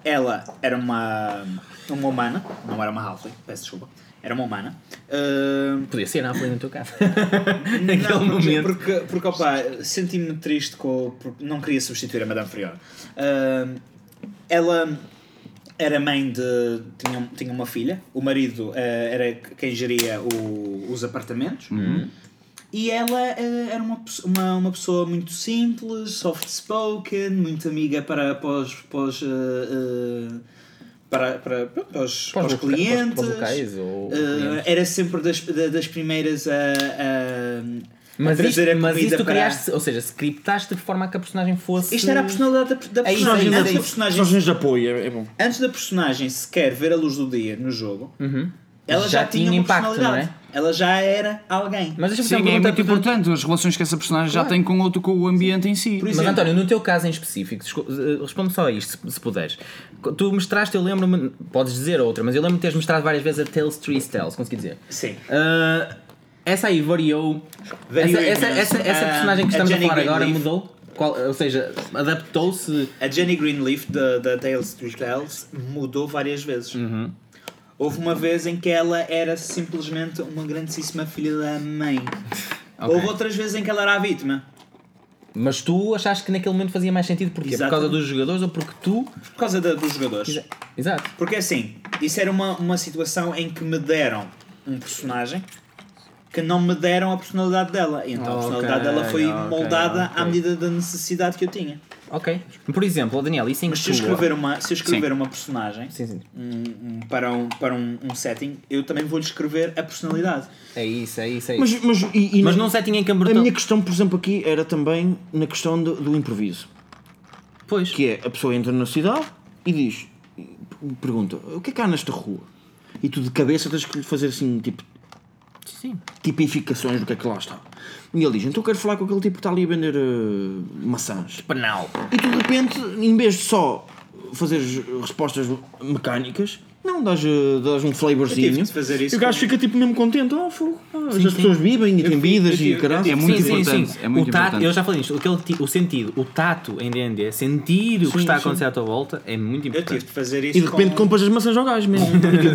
ela era uma, uma humana, não era uma halfling, peço desculpa, era uma humana. Ahm,
Podia ser Nápoles no teu caso. Naquele
não, porque-
momento.
Porque, porque opa, senti-me triste com. o- porque não queria substituir a Madame Ah, Frior. Ahm, ela era mãe de. Tinha, tinha uma filha. O marido ah, era quem geria o- os apartamentos.
Uhum.
E ela eh, era uma, pesso- uma, uma pessoa muito simples, soft-spoken, muito amiga para, para os. Para os, eh, eh, para, para, para, os, para os
loca-
clientes.
para os locais ou-
Eh,
clientes.
era sempre das, da- das primeiras a, a,
Mas
a trazer
isto,
a
mas
comida
isto tu
para...
criaste, ou seja, scriptaste de forma a que a personagem fosse.
Isto era a personalidade da, da
É isso,
personagem.
é isso,
antes,
é
da
isso.
personagem
Personagens de apoio, é, é bom.
antes da personagem sequer ver a luz do dia no jogo, ela já,
Uhum. Já
tinha,
tinha
uma
impacto,
personalidade.
não é?
Ela já era alguém.
Mas deixa-me fazer
Sim,
uma
é
pergunta
muito importante as relações que essa personagem já tem com o outro, com o ambiente em si.
Mas António, no teu caso em específico, descul- eh, responde só a isto, se, se puderes. Co- Tu mostraste, eu lembro-me, podes dizer outra, mas eu lembro-me de teres mostrado várias vezes a Tales Trees Tales, consegui dizer.
Sim.
Ah, essa aí variou.
Variou
essa, essa,
imenso.
essa, essa
Ah,
personagem que
a
estamos a
Jenny
falar agora
Greenleaf.
mudou? Qual- ou seja, adaptou-se.
A Jenny Greenleaf da, da Tales to Tales mudou várias vezes.
Uhum.
Houve uma vez em que ela era simplesmente uma grandíssima filha da mãe. Houve outras vezes em que ela era a vítima.
Mas tu achaste que naquele momento fazia mais sentido porquê? Por causa
Exatamente.
dos jogadores ou porque tu.
Por causa da- dos jogadores.
Exato.
Porque assim, isso era uma, uma situação em que me deram um personagem que não me deram a personalidade dela. E então a
Ok,
personalidade dela foi
ok,
moldada
ok.
à medida da necessidade que eu tinha.
Ok. Por exemplo, Daniel, isso é em que
Mas se
tu.
eu escrever uma, se eu escrever uma personagem
Sim, sim.
um- um- para, um, para um, um setting, eu também vou-lhe escrever a personalidade.
É isso, é isso, é isso.
Mas, mas, e- e-
Mas não é tipo sei, tinha em
A
Cambertão.
minha questão, por exemplo, aqui era também na questão do, do improviso.
Pois.
Que é, a pessoa entra na cidade e diz, e pergunta, o que é que há nesta rua? E tu de cabeça tens que lhe fazer assim, tipo,
Sim.
tipificações do que é que lá está. E ele diz, então eu quero falar com aquele tipo que está ali a vender eh, maçãs.
Penal.
E tu de repente, em vez de só fazeres respostas mecânicas, não, dás, eh, dás um
Eu
flavorzinho.
tive de fazer isso
e o gajo
com-
fica tipo mesmo contente. Oh, fogo. ah, as pessoas vivem e têm vidas e caralho.
É muito
Sim, sim,
importante.
sim.
É muito
o tato,
importante.
Eu já falei isto, aquele ti- o sentido, o tato em D&D, sentir o que está a acontecer à tua volta é muito
Eu tive
importante.
de fazer isso
E de repente
com...
compras as maçãs ao gajo mesmo. Aquele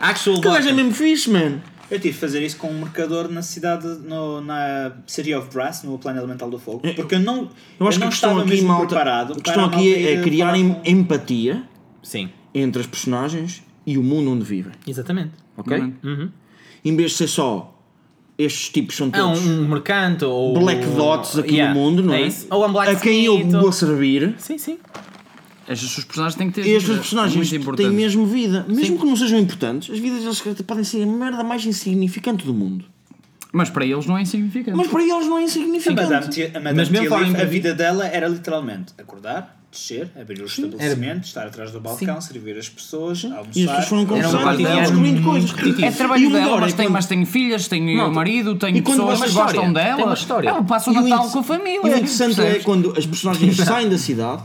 Actual
gajo é
Walker.
mesmo fixe, man.
Eu tive de fazer isso com um mercador na cidade, no, na City of Brass, no plano elemental do fogo, porque eu não,
Eu acho que
não
a questão
estava
aqui,
mesmo
malta,
preparado.
a
para
questão
a
aqui
malta
é, é
ir
criar
falar
em-
com-
empatia
Sim,
entre as personagens e o mundo onde vivem,
exatamente.
ok? Em vez de ser só estes tipos são
É
todos
um, um mercante ou...
black dots aqui
Yeah,
no mundo, não é?
isso. Ou um black
a quem eu
Smith,
vou
ou-
servir,
Sim, sim.
Estas suas personagens têm que ter.
estes
vida. é
personagens
muito importante.
têm mesmo vida. Mesmo que não sejam importantes, as vidas deles podem ser a merda mais insignificante do mundo.
Mas para eles não é insignificante.
Mas para eles não é
A Madame,
insignificante.
Tia- a
Mas
Madame
mesmo
Tia Leaf,
falando
a
em-
vida dela era literalmente acordar, descer, abrir os estabelecimentos, estar atrás do balcão, servir as pessoas, almoçar.
E as pessoas foram
Era um
conversando,
cotidiano
elas comendo coisas.
repetitivo.
É
E
trabalho
uma
dela,
hora
mas
é
tenho,
quando-
mas tenho filhas, tenho
Não,
marido, tenho
e quando
pessoas
vai
que
uma
gostam
história?
dela.
Tem uma história.
Ela passa o
E o
Natal
inter-
com a família.
E o interessante é
percebes?
quando as personagens saem da cidade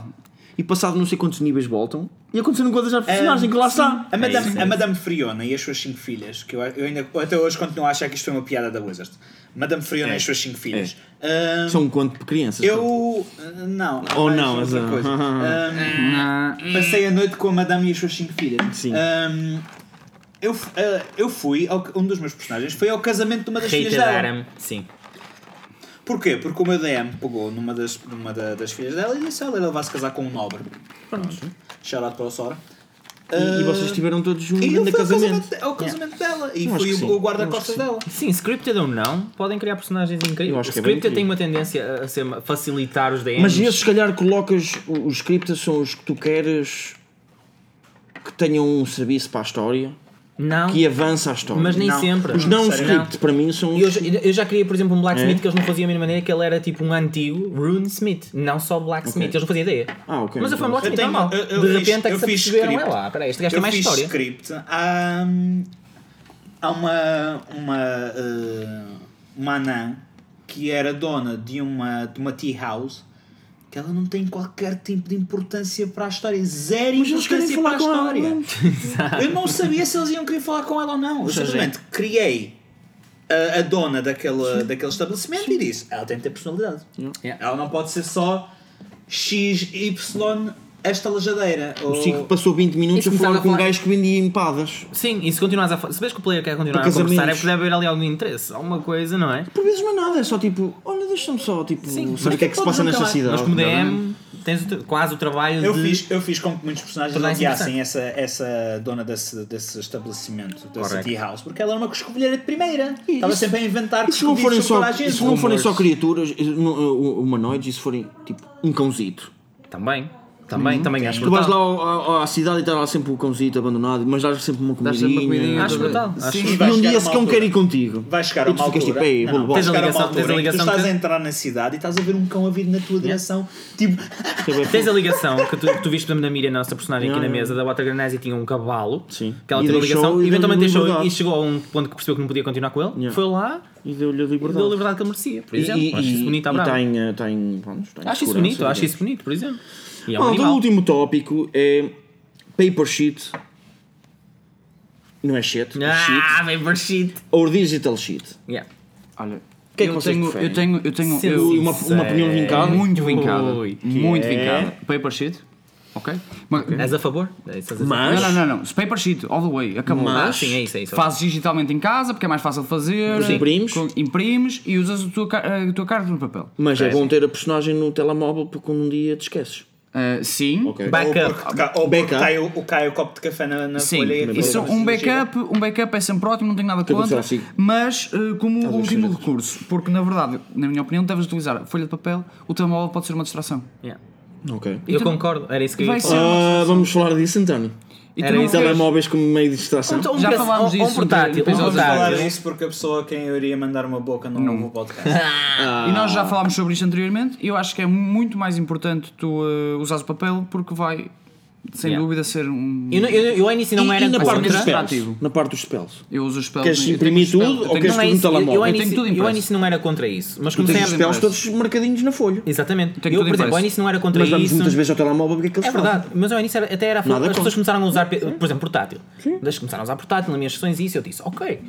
e passado não sei quantos níveis voltam e aconteceram coisas à personagem que lá está. É
A Madame, a Madame Friona e as suas cinco filhas, que eu, eu ainda eu até hoje continuo a achar que isto foi uma piada da Wizard. Madame Friona e as suas cinco filhas. Ahm,
São um conto de crianças.
eu. ah, Não.
Ou
mais
não,
outra
mas-
coisa. Ahm,
Ah,
passei a noite com a Madame e as suas cinco filhas.
Sim.
Ahm, eu, f- ah, eu fui, ao- um dos meus personagens foi ao casamento de uma das filhas
Rita
dela.
Daram, sim.
Porquê? Porque o meu DM pegou numa das, numa da- das filhas dela e disse: Olha, ela vai se casar com um nobre. Pronto. Shout-out para o Sora.
E, e vocês estiveram todos juntos
E ele
no
foi ao
Um casamento.
casamento, ao casamento dela e
Eu acho
foi
que sim.
o, o guarda-costas
Eu
dela.
Sim, scripted ou não, podem criar personagens incríveis.
Eu acho que é bem
scripted tem
incrível.
uma tendência a ser, facilitar os DMs.
Mas esses, se calhar, colocas o- os scripts são os que tu queres que tenham um serviço para a história
não,
que avança a história.
mas nem
Não.
sempre.
os não
Sério,
script para mim são
E Eu, já- eu já queria, por exemplo, um blacksmith
É?
que eles não faziam a mínima ideia, que ele era tipo um antigo runesmith, não só blacksmith, eles não faziam ideia.
Ah, ok.
Mas eu fui um blacksmith
Eu tenho-
normal.
Então, eu- eu
de
fiz-
repente é que
eu
se
fiz
aperceberam, é
script.
lá, peraí, este gajo tem
eu
mais
fiz
história.
script há, há uma uma eh, uma anã que era dona de uma de uma tea house que ela não tem qualquer tipo de importância para a história zero
Mas eles querem
é
importância para
falar
a
com ela.
história eu não sabia se eles iam querer falar com ela ou não eu simplesmente criei a, a dona daquele, daquele estabelecimento e disse ela tem de ter personalidade
Yeah.
ela não pode ser só x, y esta lajadeira
O Chico passou 20 minutos
Isso
a falar
começava
com
a
um
falar-
gajo que vendia empadas.
Sim, e se continuas a falar. Se vês que o player quer continuar a
Para
conversar, é
casamentos.
porque deve haver ali algum interesse, alguma coisa, não é?
Por vezes não é nada, é só tipo, olha, deixa-me só, tipo,
Sim,
saber o que é que se passa nesta
nunca mais-
cidade.
Mas como
não é?
DM, tens o tra- quase o trabalho
Eu
de.
fiz, eu fiz com que muitos personagens
Tornar-se
odiassem essa, essa dona desse, desse estabelecimento, dessa
Correto.
tea house, porque ela era uma escovilheira de primeira. Estava sempre a inventar
E se não forem
escovilhas
só,
para a gente.
se não forem só
Rumores.
criaturas eh, no- eh, humanoides e se forem tipo um cãozito?
Também, também, também acho
Uhum. Tu vais lá
brutal.
ao- ao- à cidade e está lá sempre o cãozito abandonado, mas dás sempre uma
Dás sempre uma comidinha,
comidinha.
Acho brutal. Acho
Sim, vai
E um
chegar
dia
a
esse
uma
cão
altura-
quer ir contigo.
Vai chegar a
e tu
uma
ficas
altura.
tipo, ei,
não,
bolo,
não, vai
Tens a
chegar a uma
ligação-
altura
tens a
em que tu
ligação
estás
que-
a entrar na cidade e estás a ver um cão a vir na tua direção. Tipo,
Tens a ligação que tu, que tu viste, por exemplo, na Miriam, a nossa personagem aqui
Yeah,
na
yeah.
mesa, da Water Granazzi, tinha um cavalo.
Sim.
Que ela
E
teve a
deixou-
ligação.
e
E eventualmente
deu-lhe
deixou.
liberdade.
E chegou a um ponto que percebeu que não podia continuar com ele.
Yeah.
Foi lá
E deu-lhe a
e deu a
liberdade.
liberdade que ele merecia, por
E-
exemplo.
E
acho isso bonito, à brava.
está em. eh, tá em- pronto, tá em
Acho isso
segurança,
bonito, acho
digamos.
isso bonito, por exemplo. E é um
Pronto, o
animal.
último tópico é paper sheet. Não é shit, é
Ah,
shit.
paper shit.
Ou digital sheet.
Yeah.
Olha, o que é que
eu,
vocês
tenho,
preferem?
eu tenho, eu tenho, eu
Sim, uma- uma opinião vincada?
Muito vincada.
Ui, que
muito
é.
vincada. Paper sheet. Ok? Mas-
És a favor? É isso, és a favor.
Uhum. Mas,
Não, não, não, não. Paper sheet, all the way. Acabou.
Ah, sim, é isso, é isso.
Fazes digitalmente em casa porque é mais fácil de fazer.
Sim. Imprimes.
Com- imprimes e usas a tua, ca- a tua carta no papel.
mas é bom ter a personagem no telemóvel porque um dia te esqueces.
Ah, sim.
Ok.
ou
Backup.
porque, ca- ou porque
Backup.
cai, o, o- cai o copo de café na,
assim,
na
Sim,
folha e aquilo
isso,
vai
um,
ser
backup, um backup é sempre ótimo, não tenho nada
aconteceu
contra,
assim?
mas eh, como
duas
último
folhas.
recurso, porque na verdade, na minha opinião, deves utilizar folha de papel, o telemóvel pode ser uma distração.
Yeah.
Ok.
Eu
também-
concordo, era isso que eu
Vai
ia falar.
ser-
Ah, vamos falar disso, António.
E tu
Era
não
isso.
queres-
Telemóveis como meio de distração.
Um- um
Já
preço-
falámos
um-
disso
Um portátil, um
no episódio
falar
portátil.
disso porque a pessoa a quem eu iria mandar uma boca não,
Hum.
ouve o podcast.
E nós já falámos sobre isto anteriormente, e eu acho que é muito mais importante tu eh, usares o papel porque vai, sem
Yeah.
dúvida, ser um.
Eu, não- eu, eu ao início não
E-
era
e na
contra-
parte dos
administrativo.
spells? Na parte dos spells.
Eu uso os papéis.
Queres imprimir tudo ou queres
Não é
tudo no
isso, eu- eu, ao
telemóvel?
tenho
início-
tudo
eu
impresso.
ao início não era contra isso, mas comecei
Tens
a
os spells
impresso.
todos marcadinhos na folha.
Exatamente.
Tenho
eu,
tudo
por exemplo,
impresso.
ao início não era contra
Mas vamos
isso.
muitas vezes ao telemóvel porque é que eles
É verdade, mas ao início era- até era a favor.
Nada
As pessoas
contra.
começaram a usar, pe- por exemplo, portátil. Eles começaram a usar portátil nas minhas sessões e isso eu disse, ok,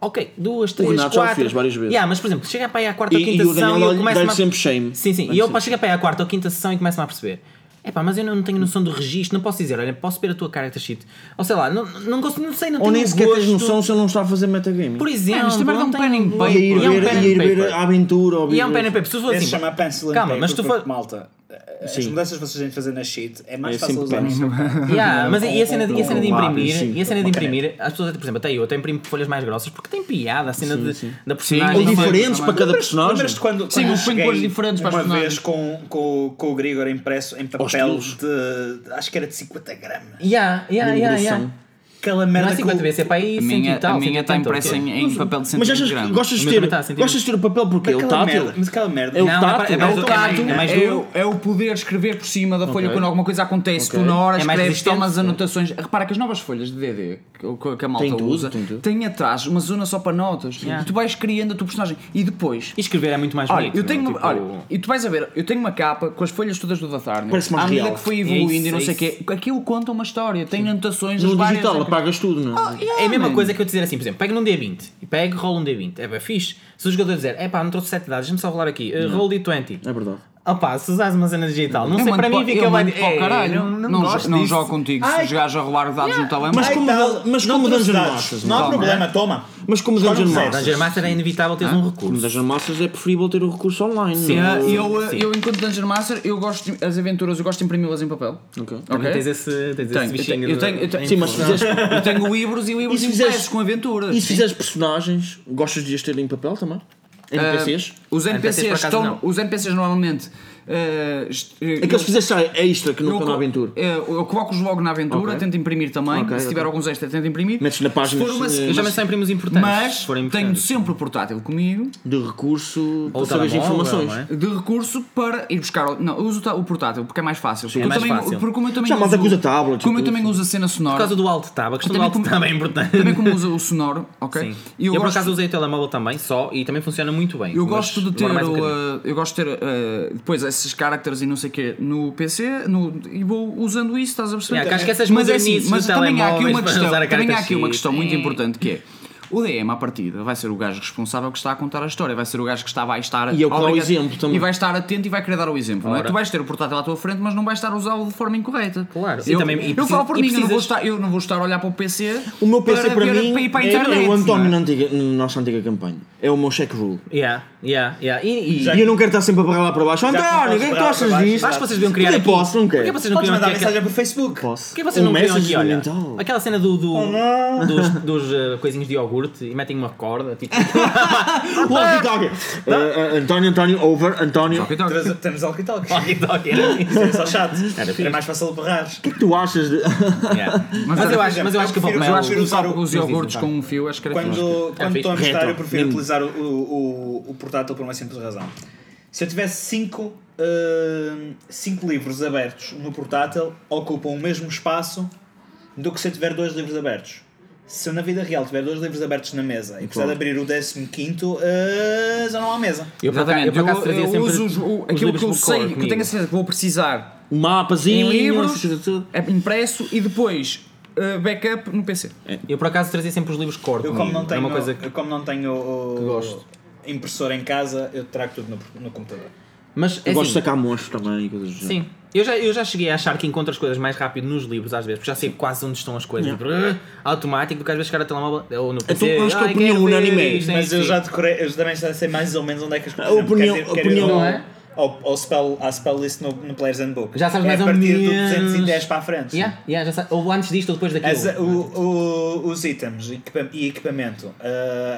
ok, duas, três,
Renato já o
quatro.
fez várias vezes.
Yeah, mas por exemplo, chega para aí à quarta
E-
ou quinta
e o
sessão e
Daniel
eu começo
dá-lhe sempre shame.
Sim, sim,
Dá-lhe
e eu
sempre.
para chegar para aí à quarta ou quinta sessão e começo-me a perceber. Epá, mas eu não tenho noção do registro, não posso dizer, olha, posso ver a tua character sheet. Ou sei lá, não, não, consigo- não sei, não tenho
Ou nem sequer
gosto.
tens noção se ele não está a fazer metagaming.
Por exemplo,
Mano, isto é merda, é um
não
pen and
tenho-
paper.
E a ir
E é um
ver,
pen and
e a ir ver
paper.
a aventura. ou
E é um
ver-
pen and paper. Se for
Esse
assim,
chama pencil and
calma,
paper,
mas tu
porque,
for-
malta, eh, as
Sim.
mudanças que vocês têm de fazer na sheet é mais
É
fácil
sempre
usar
pen.
isto.
Yeah, mas e a cena, e a cena de
com lápis,
imprimir,
sim.
e a cena de
Com
imprimir, as pessoas, até, por exemplo, até eu, até imprimo folhas mais grossas porque tem piada a cena de, da
Ou
personagem. Também.
Sim,
diferentes para cada personagem.
Lembras-te quando, quando
Sim,
eu
mas põe
cheguei
cores diferentes para as
uma
personagens.
vez com, com, com o Grigor impresso em papel
quilos.
de, acho que era de 50 gramas
Yeah, yeah, yeah, yeah.
aquela merda
Não é 50
que o-
vezes, é para aí
A
100
minha,
e tal.
a minha está
180,
impressa em,
ok.
em papel de
é Mas
120
achas que
gramas.
gostas de ter,
Mas também está a sentir
gostas de ter o papel porque é o
aquela
tátil?
merda, mas aquela merda.
É o
Não, não é para-
tátil.
é
É o
mais- é mais-
tátil.
é mais
é,
duro.
o, é o poder escrever por cima da folha quando alguma coisa acontece.
Ok.
Tu na hora
É mais
escreves,
resistente.
tomas anotações. Repara que as novas folhas de DD que, que- que a malta
Tem tudo,
usa
tem tudo.
têm atrás uma zona só para notas. E tu vais criando a tua personagem. E depois.
E escrever é muito mais
Olha,
bonito.
eu tenho,
não é?
uma,
Tipo,
olha, e tu vais a ver, eu tenho uma capa com as folhas todas do Datarne.
Parece mais
À medida
real.
que foi evoluindo
É isso,
e não
é
sei o quê,
isso.
aquilo conta uma história. Tem anotações das
No
várias-
digital apagas tudo, não é?
Yeah,
É a mesma
man.
coisa que eu dizer assim, por exemplo, pega num D20 e pega e rola um D20. É bem fixe. Se o jogador dizer, é pá, não trouxe 7 dados, deixa-me só rolar aqui. Uh, roll D20.
É verdade.
Opá, se usares uma cena digital, não
Eu
sei,
mando
para mim
pa-
fica
eu
bem.
mando para o
um É,
caralho.
Não, não, gosto
não
disso.
jogo contigo se
Ai.
jogares a rolar dados no telemóvel.
Mas
Ai,
como,
tal,
mas
Ah, então, não
como
trouxe
Dungeon
dados.
Masters,
Não é? há
calma.
problema, toma.
Mas como
Escolhe
Dungeon
um set.
Masters.
Dungeon Master é inevitável teres um recurso.
Como Dungeon Masters é preferível ter o recurso online.
Eh,
não é?
eu, eh, eu, enquanto Dungeon Master, eu gosto de- as aventuras, eu gosto de imprimi-las em papel.
Ok.
Também
Ok?
Tens esse, tens
Tenho,
esse
eu
bichinho.
tenho- eu
de-
tenho- eu tenho-
de-
Sim, mas se fizeres,
Eu tenho livros e livros
E se
impressos
fizeres-
com aventuras.
e se
sim.
fizeres personagens, gostas de as ter em papel também? NPCs?
Ah, os NPCs,
NPCs por acaso
estão,
não.
os NPCs normalmente. ah, est-
Aqueles que
eu-
fizeste ah, extra que não
eu
estão
co-
na aventura.
eh, Eu coloco-os logo na aventura,
Ok.
tento imprimir também.
Ok,
se
ok.
tiver alguns extras, tento imprimir.
Metes na página
Se for uma-
eh,
eu
Eu
já
também
mas-
só imprimo os importantes. se
Mas
forem
tenho
importantes.
sempre o portátil comigo
de recurso
Ou
para saber as
telemóvel,
informações.
não é?
de recurso para ir buscar. o- Não, eu uso o ta- o portátil porque é mais fácil. Porque, eu
mais
também,
fácil.
porque como eu também
Já, mas
uso,
acusa tablets e
Como eu
tudo,
também uso a cena sonora.
Por causa do alto tab, a questão do
Também
alto
como-
tab é importante.
Também como uso o sonoro, ok?
Sim.
E
Eu, por
gosto-
acaso usei o telemóvel também, só, e também funciona muito bem.
Eu
mas
gosto de ter,
demora mais um
o,
bocadinho.
uh, eu gosto de ter uh, depois esses characters e não sei o quê no PC no- e vou usando isso, estás a perceber?
Yeah, que acho que essas
mas é assim,
modernices
mas
de
também há aqui uma
telemóveis para
questão,
usar a
também há
carta
aqui uma
X.
questão muito
É.
importante que é o DM à partida vai ser o gajo responsável que está a contar a história, vai ser o gajo que está, vai estar
E é o que dá o
obrigado-
exemplo também.
e vai estar atento e vai querer dar o exemplo. Não é?
Ora.
Tu vais ter o portátil à tua frente, mas não vais estar a usá-lo de forma incorreta.
Claro. E
eu,
também- e
eu
precisa-
falo por
e
mim, eu não, vou
precisas-
estar, eu não vou estar a olhar para o PC.
O meu PC para,
ver-
mim
para ir para a
é-
internet,
é o
não
António
é?
na, antiga, na nossa antiga campanha. É o meu check rule.
Yeah, yeah, yeah. E, e-
E eu não quero estar sempre a barrar lá para baixo.
Já não
António, o que é que tu
posso
achas
barrar para
disto?
baixo,
Acho que vocês deviam criar
Eu
aqui.
posso, não
Porquê
quero.
vocês não
Podes
criam
mandar
aqui?
mensagem para o Facebook.
Posso.
Porquê é vocês
um
não criam
message
aqui, olha,
mental.
aquela cena do, do- dos, dos eh, coisinhos de iogurte e metem uma corda, tipo, Ah!
Walkie talkie. Eh, António, António, over,
é?
António. O
Então,
Temos- Temos algo e tal. que
walkie-talkie, era isso.
É só chato.
fixe.
É mais fácil de barrares.
que é que tu achas de.
Yeah. Mas, eu acho, mas eu acho que um a
Eu
Pop
prefiro-
Mel-
eu acho que
usar
Usar o-
os
Diz, diz,
iogurtes
tá.
com um fio, acho que era fixe.
Quando, quando
Ah, fixe.
estou a investar,
Retro.
eu prefiro
Hum.
utilizar o, o, o, o portátil por uma simples razão. Se eu tivesse 5 cinco, ah, cinco livros abertos no portátil, ocupam o mesmo espaço do que se eu tiver dois livros abertos. Se eu na vida real tiver dois livros abertos na mesa e precisar de abrir o 15 quinto, ah, já não há mesa.
Eu, por acaso- eu, por acaso, trazia
eu
sempre
uso
os
os- o- aquilo
livros
que eu
do core
sei, que eu
comigo.
tenho assim. a certeza que vou precisar
um Mapazinho,
em livros, é impresso e depois uh, backup no PC.
É,
Eu, por acaso, trazia sempre os livros core
Eu
comigo.
como não
Era
tenho,
Hum, é uma coisa que-
eu como não tenho o, impressor em casa, eu trago tudo no, no computador.
Mas, é
Eu gosto de
assim,
sacar monstros também. e coisas do género.
Sim. Eu já, eu já cheguei a achar que encontro as coisas mais rápido nos livros, às vezes, porque já sei quase onde estão as coisas. Tipo, "Ah", automático, do que às vezes chegar a telemóvel ou no PC.
Então, acho que a
"Ai,
opinião
quero ver
unânime é-
isto,
Mas
isto,
eu
isto".
já decorei, eu também já sei mais ou menos onde é que as coisas
A opinião-
quer ir-
a
quer ir
opinião-
ao-
Não é?
Ao, ao spell, à spell list no, no Players Handbook.
Já sabes
é
mais
a
ou
partir
menos-
do 210 para a frente.
Yeah, yeah, já sei. Ou antes disto ou depois daquilo.
As- uh, o- o- os itens equipa- e equipamento. Uh,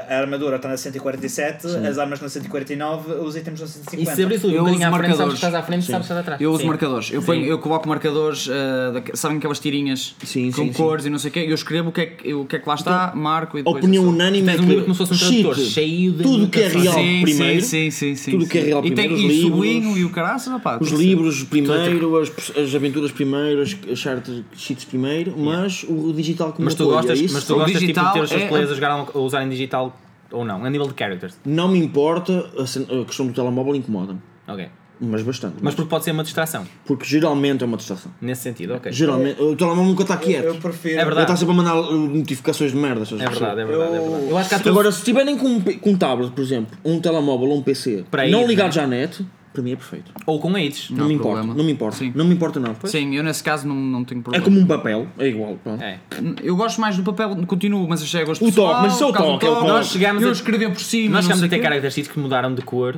a armadura está na 147, as armas na 149, os itens na
E
150.
se abrir o livro
Eu
um bocadinho
uso
à frente, sabes
marcadores.
que estás à frente, sabes que estás atrás.
Eu uso
Sim.
marcadores, eu, ponho, eu coloco marcadores, uh, daque- sabem aquelas tirinhas
Sim,
com
sim, sim.
cores e não sei o quê, eu escrevo o que é que, o que, é que lá está, marco e
A
depois.
opinião
eu sou-
unânime é
Tens um livro como se
que
fosse um tradutor,
shit,
cheio de
tudo o que é real
anotações.
Sim,
primeiro,
sim, sim, sim,
tudo o
sim,
que é
sim.
real
e tem,
primeiro, os
e
livros,
sublinho e o caraças, opá, tem
os
que ser.
livros primeiro, as, as aventuras primeiro, as, as chartas sheets primeiro, mas o digital como
Mas tu
apoio,
gostas,
é isso?
mas tu
O
gostas tipo, de
digital
ter os teus
é-
players a, jogar, a usar em digital ou não, a nível de characters.
Não me importa, a, cen- a questão do telemóvel incomoda-me,
Ok.
mas bastante.
Mas porque pode ser uma distração,
Porque geralmente é uma distração.
nesse sentido, ok.
Geralmente, o telemóvel nunca está quieto.
É. Eu prefiro.
É
Ele está
verdade.
sempre a mandar uh, notificações de merda. estás a
É
perceber?
verdade, é verdade, é verdade.
Eu-
Eu acho que há tudo.
Então, Agora, se tiverem com um, pe- com um tablet, por exemplo, um telemóvel ou um PC,
Para aí,
não
né?
ligados à net, para mim é perfeito.
Ou com AIDS.
Não,
há
me importa,
problema.
não me importa.
Sim.
Não me importa, não.
Sim, eu nesse caso não, não tenho
É
problema.
como um papel, é igual. pronto.
É.
Eu gosto mais do papel, continuo, mas achei a gosto
O
pessoal,
toque, mas isso é o
por causa do
toque, é o toque.
Nós chegámos
eu
a-
escrevi por cima,
Nós chegamos
não
a
sei
ter
quê.
características que mudaram de cor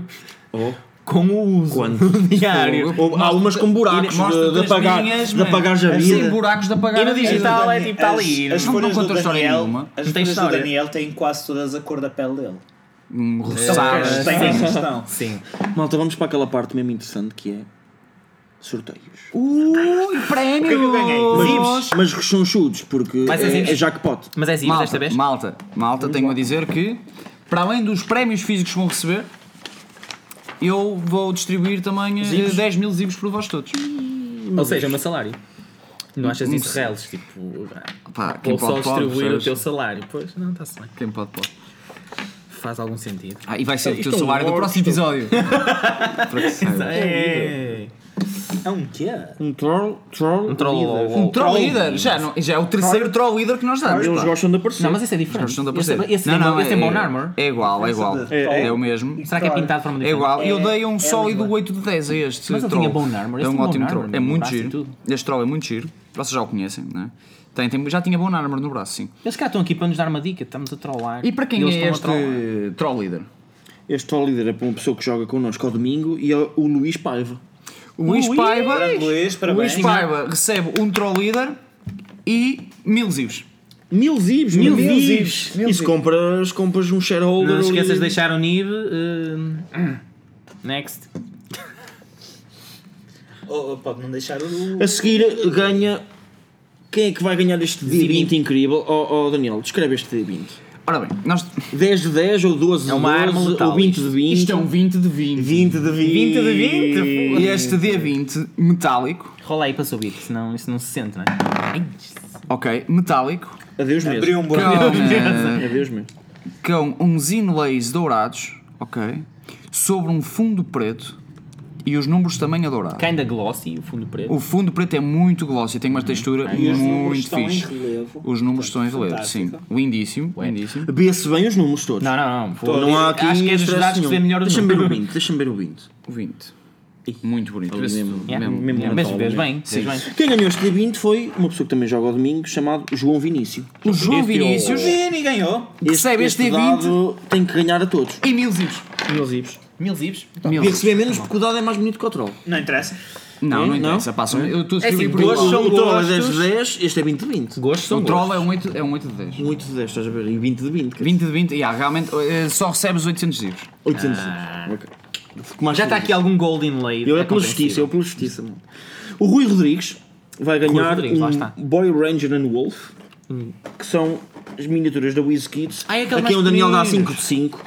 Oh.
com o uso
Quando?
diário.
Ou- há umas com buracos
Mostra
de, de
três
apagar,
linhas,
de
mano.
apagar
é
já
Sem
vida.
buracos de apagar.
E no
a vida.
digital é tipo, está ali.
As, as
não
folhas
conta
do
história
Daniel,
nenhuma.
as
Não tem
folhas do
história.
Daniel têm quase todas a cor da pele dele.
Hum,
Só
roçadas.
É.
porque eles têm essa questão.
Sim.
Malta, vamos para aquela parte mesmo interessante que é sorteios.
Ui, prémio!
eu ganhei?
Mas, mas rechonchudos, porque
Mas é
é,
simples.
é jackpot.
Mas é assim, desta
Malta,
vez?
malta, malta, tenho a dizer que, para além dos prémios físicos que vão receber, eu vou distribuir também eh, 10 mil zibos para vós todos.
Ou seja, o meu salário. Não achas
Não
isso
sei.
reles? Tipo,
Pá, quem
ou só
pode, pode,
distribuir o
percebes?
teu salário? Pois, não, está-se bem.
Quem pode, pode.
Faz algum sentido.
Ah, e vai ser o
Isto
teu
é um
salário do
lorde,
próximo
isto
episódio. Para que saibas.
É.
É um quê?
Um troll, troll, um
troll.
Um troll leader, já, não- já é o terceiro troll leader que nós damos.
Eles
pá.
gostam de aparecer.
Não, mas esse é
Eles
diferente.
gostam de
Esse,
aparecer.
esse tem bom- esse tem bone armor.
É igual, é igual.
Esse é de
É,
troll.
o mesmo.
Será que é pintado de forma
É
diferente?
igual. Eu dei um
é
sólido
muito
8 de 10 a este
Mas ele
troll.
tinha bone armor,
É
esse
um
tinha
ótimo
bone
troll.
armor
É
no
muito
braço e
giro.
tudo.
Este troll é muito giro. Vocês já o conhecem, não é? Tem, tem- já tinha bone armor no braço, sim.
Eles cá estão aqui para nos dar uma dica, estamos a trollar.
E para quem
Eles
é
estão a trollar.
este troll leader?
Este troll líder é para uma pessoa que joga connosco ao domingo e é o Luís Paiva.
O Luís Paiva.
Grande Luís, parabéns.
Luís Paiva recebe um troll leader e mil zivos.
Mil zibs, mil, zibs. E se compras, compras um shareholder.
Não esqueças de
ali.
deixar o NIV. eh, next.
Oh, oh, pode não deixar o.
A seguir ganha. Quem é que vai ganhar este D20 incrível? Oh, oh, Daniel, descreve este D20.
Ora bem, nós,
10 de 10 ou 12 de
É uma
12
arma letal
ou 20 de 20.
isto é um 20 de 20.
20 de 20.
20 de 20?
E este D20 metálico,
Rola aí para subir, senão isso não se sente, não é? Ai,
ok, metálico,
é- Adeus mesmo.
Abriu um
com,
buraco.
eh,
Adeus mesmo.
com uns inlays dourados, ok, sobre um fundo preto e os números também a dourar.
kinda glossy, o fundo preto.
O fundo preto é muito glossy, tem uma textura
E Uhum. os números
muito
estão em
fixe.
relevo.
Os números estão em relevo, sim.
fantástico.
Lindíssimo, lindíssimo.
Vê-se bem os números todos.
Não, não, não. foda-se.
Não há aqui
Acho que é dos
stress
dados que se vê
nenhum.
melhor os
Deixa-me ver o
números.
20. Deixa-me ver o 20.
20. Muito bonito.
Ali
vê-se
mesmo.
É.
tudo,
Yeah.
mesmo.
mesmo
Yeah, Mas
Natal,
vês
mesmo.
bem, vês bem.
Quem ganhou este D20 foi uma pessoa que também joga ao domingo, chamado João Vinícius.
O
é
João Vinícius
Vini ganhou.
recebe este D20
dado tem que ganhar a todos.
e mil zivos.
Mil zips.
Mil zips.
Mil
E
zivos.
receber menos porque o dado é mais bonito que o troll.
Não interessa.
Não,
É?
não
Não?
interessa. Passam, eu
É
estou a
assim,
escrever por
duas
igual.
são
o troll é 10
gostos.
de 10, este é 20 de 20.
Gostos são
O troll
gostos.
é um 8, é um 8 de 10.
8 de 10, estás a ver? E 20 de 20.
20 de 20, yeah, realmente eh, só recebes 800 zivos.
800 ah. Ok.
Já está aqui algum golden lay.
Eu é pela justiça, eu pela justiça. mano. O Rui Rodrigues vai ganhar
Rodrigues, lá está. Hum.
um Boy Ranger and Wolf, que são as miniaturas da Wiz Kids.
Ah, é aquele
aqui
mais
o Daniel dá
pequenino.
5 de 5.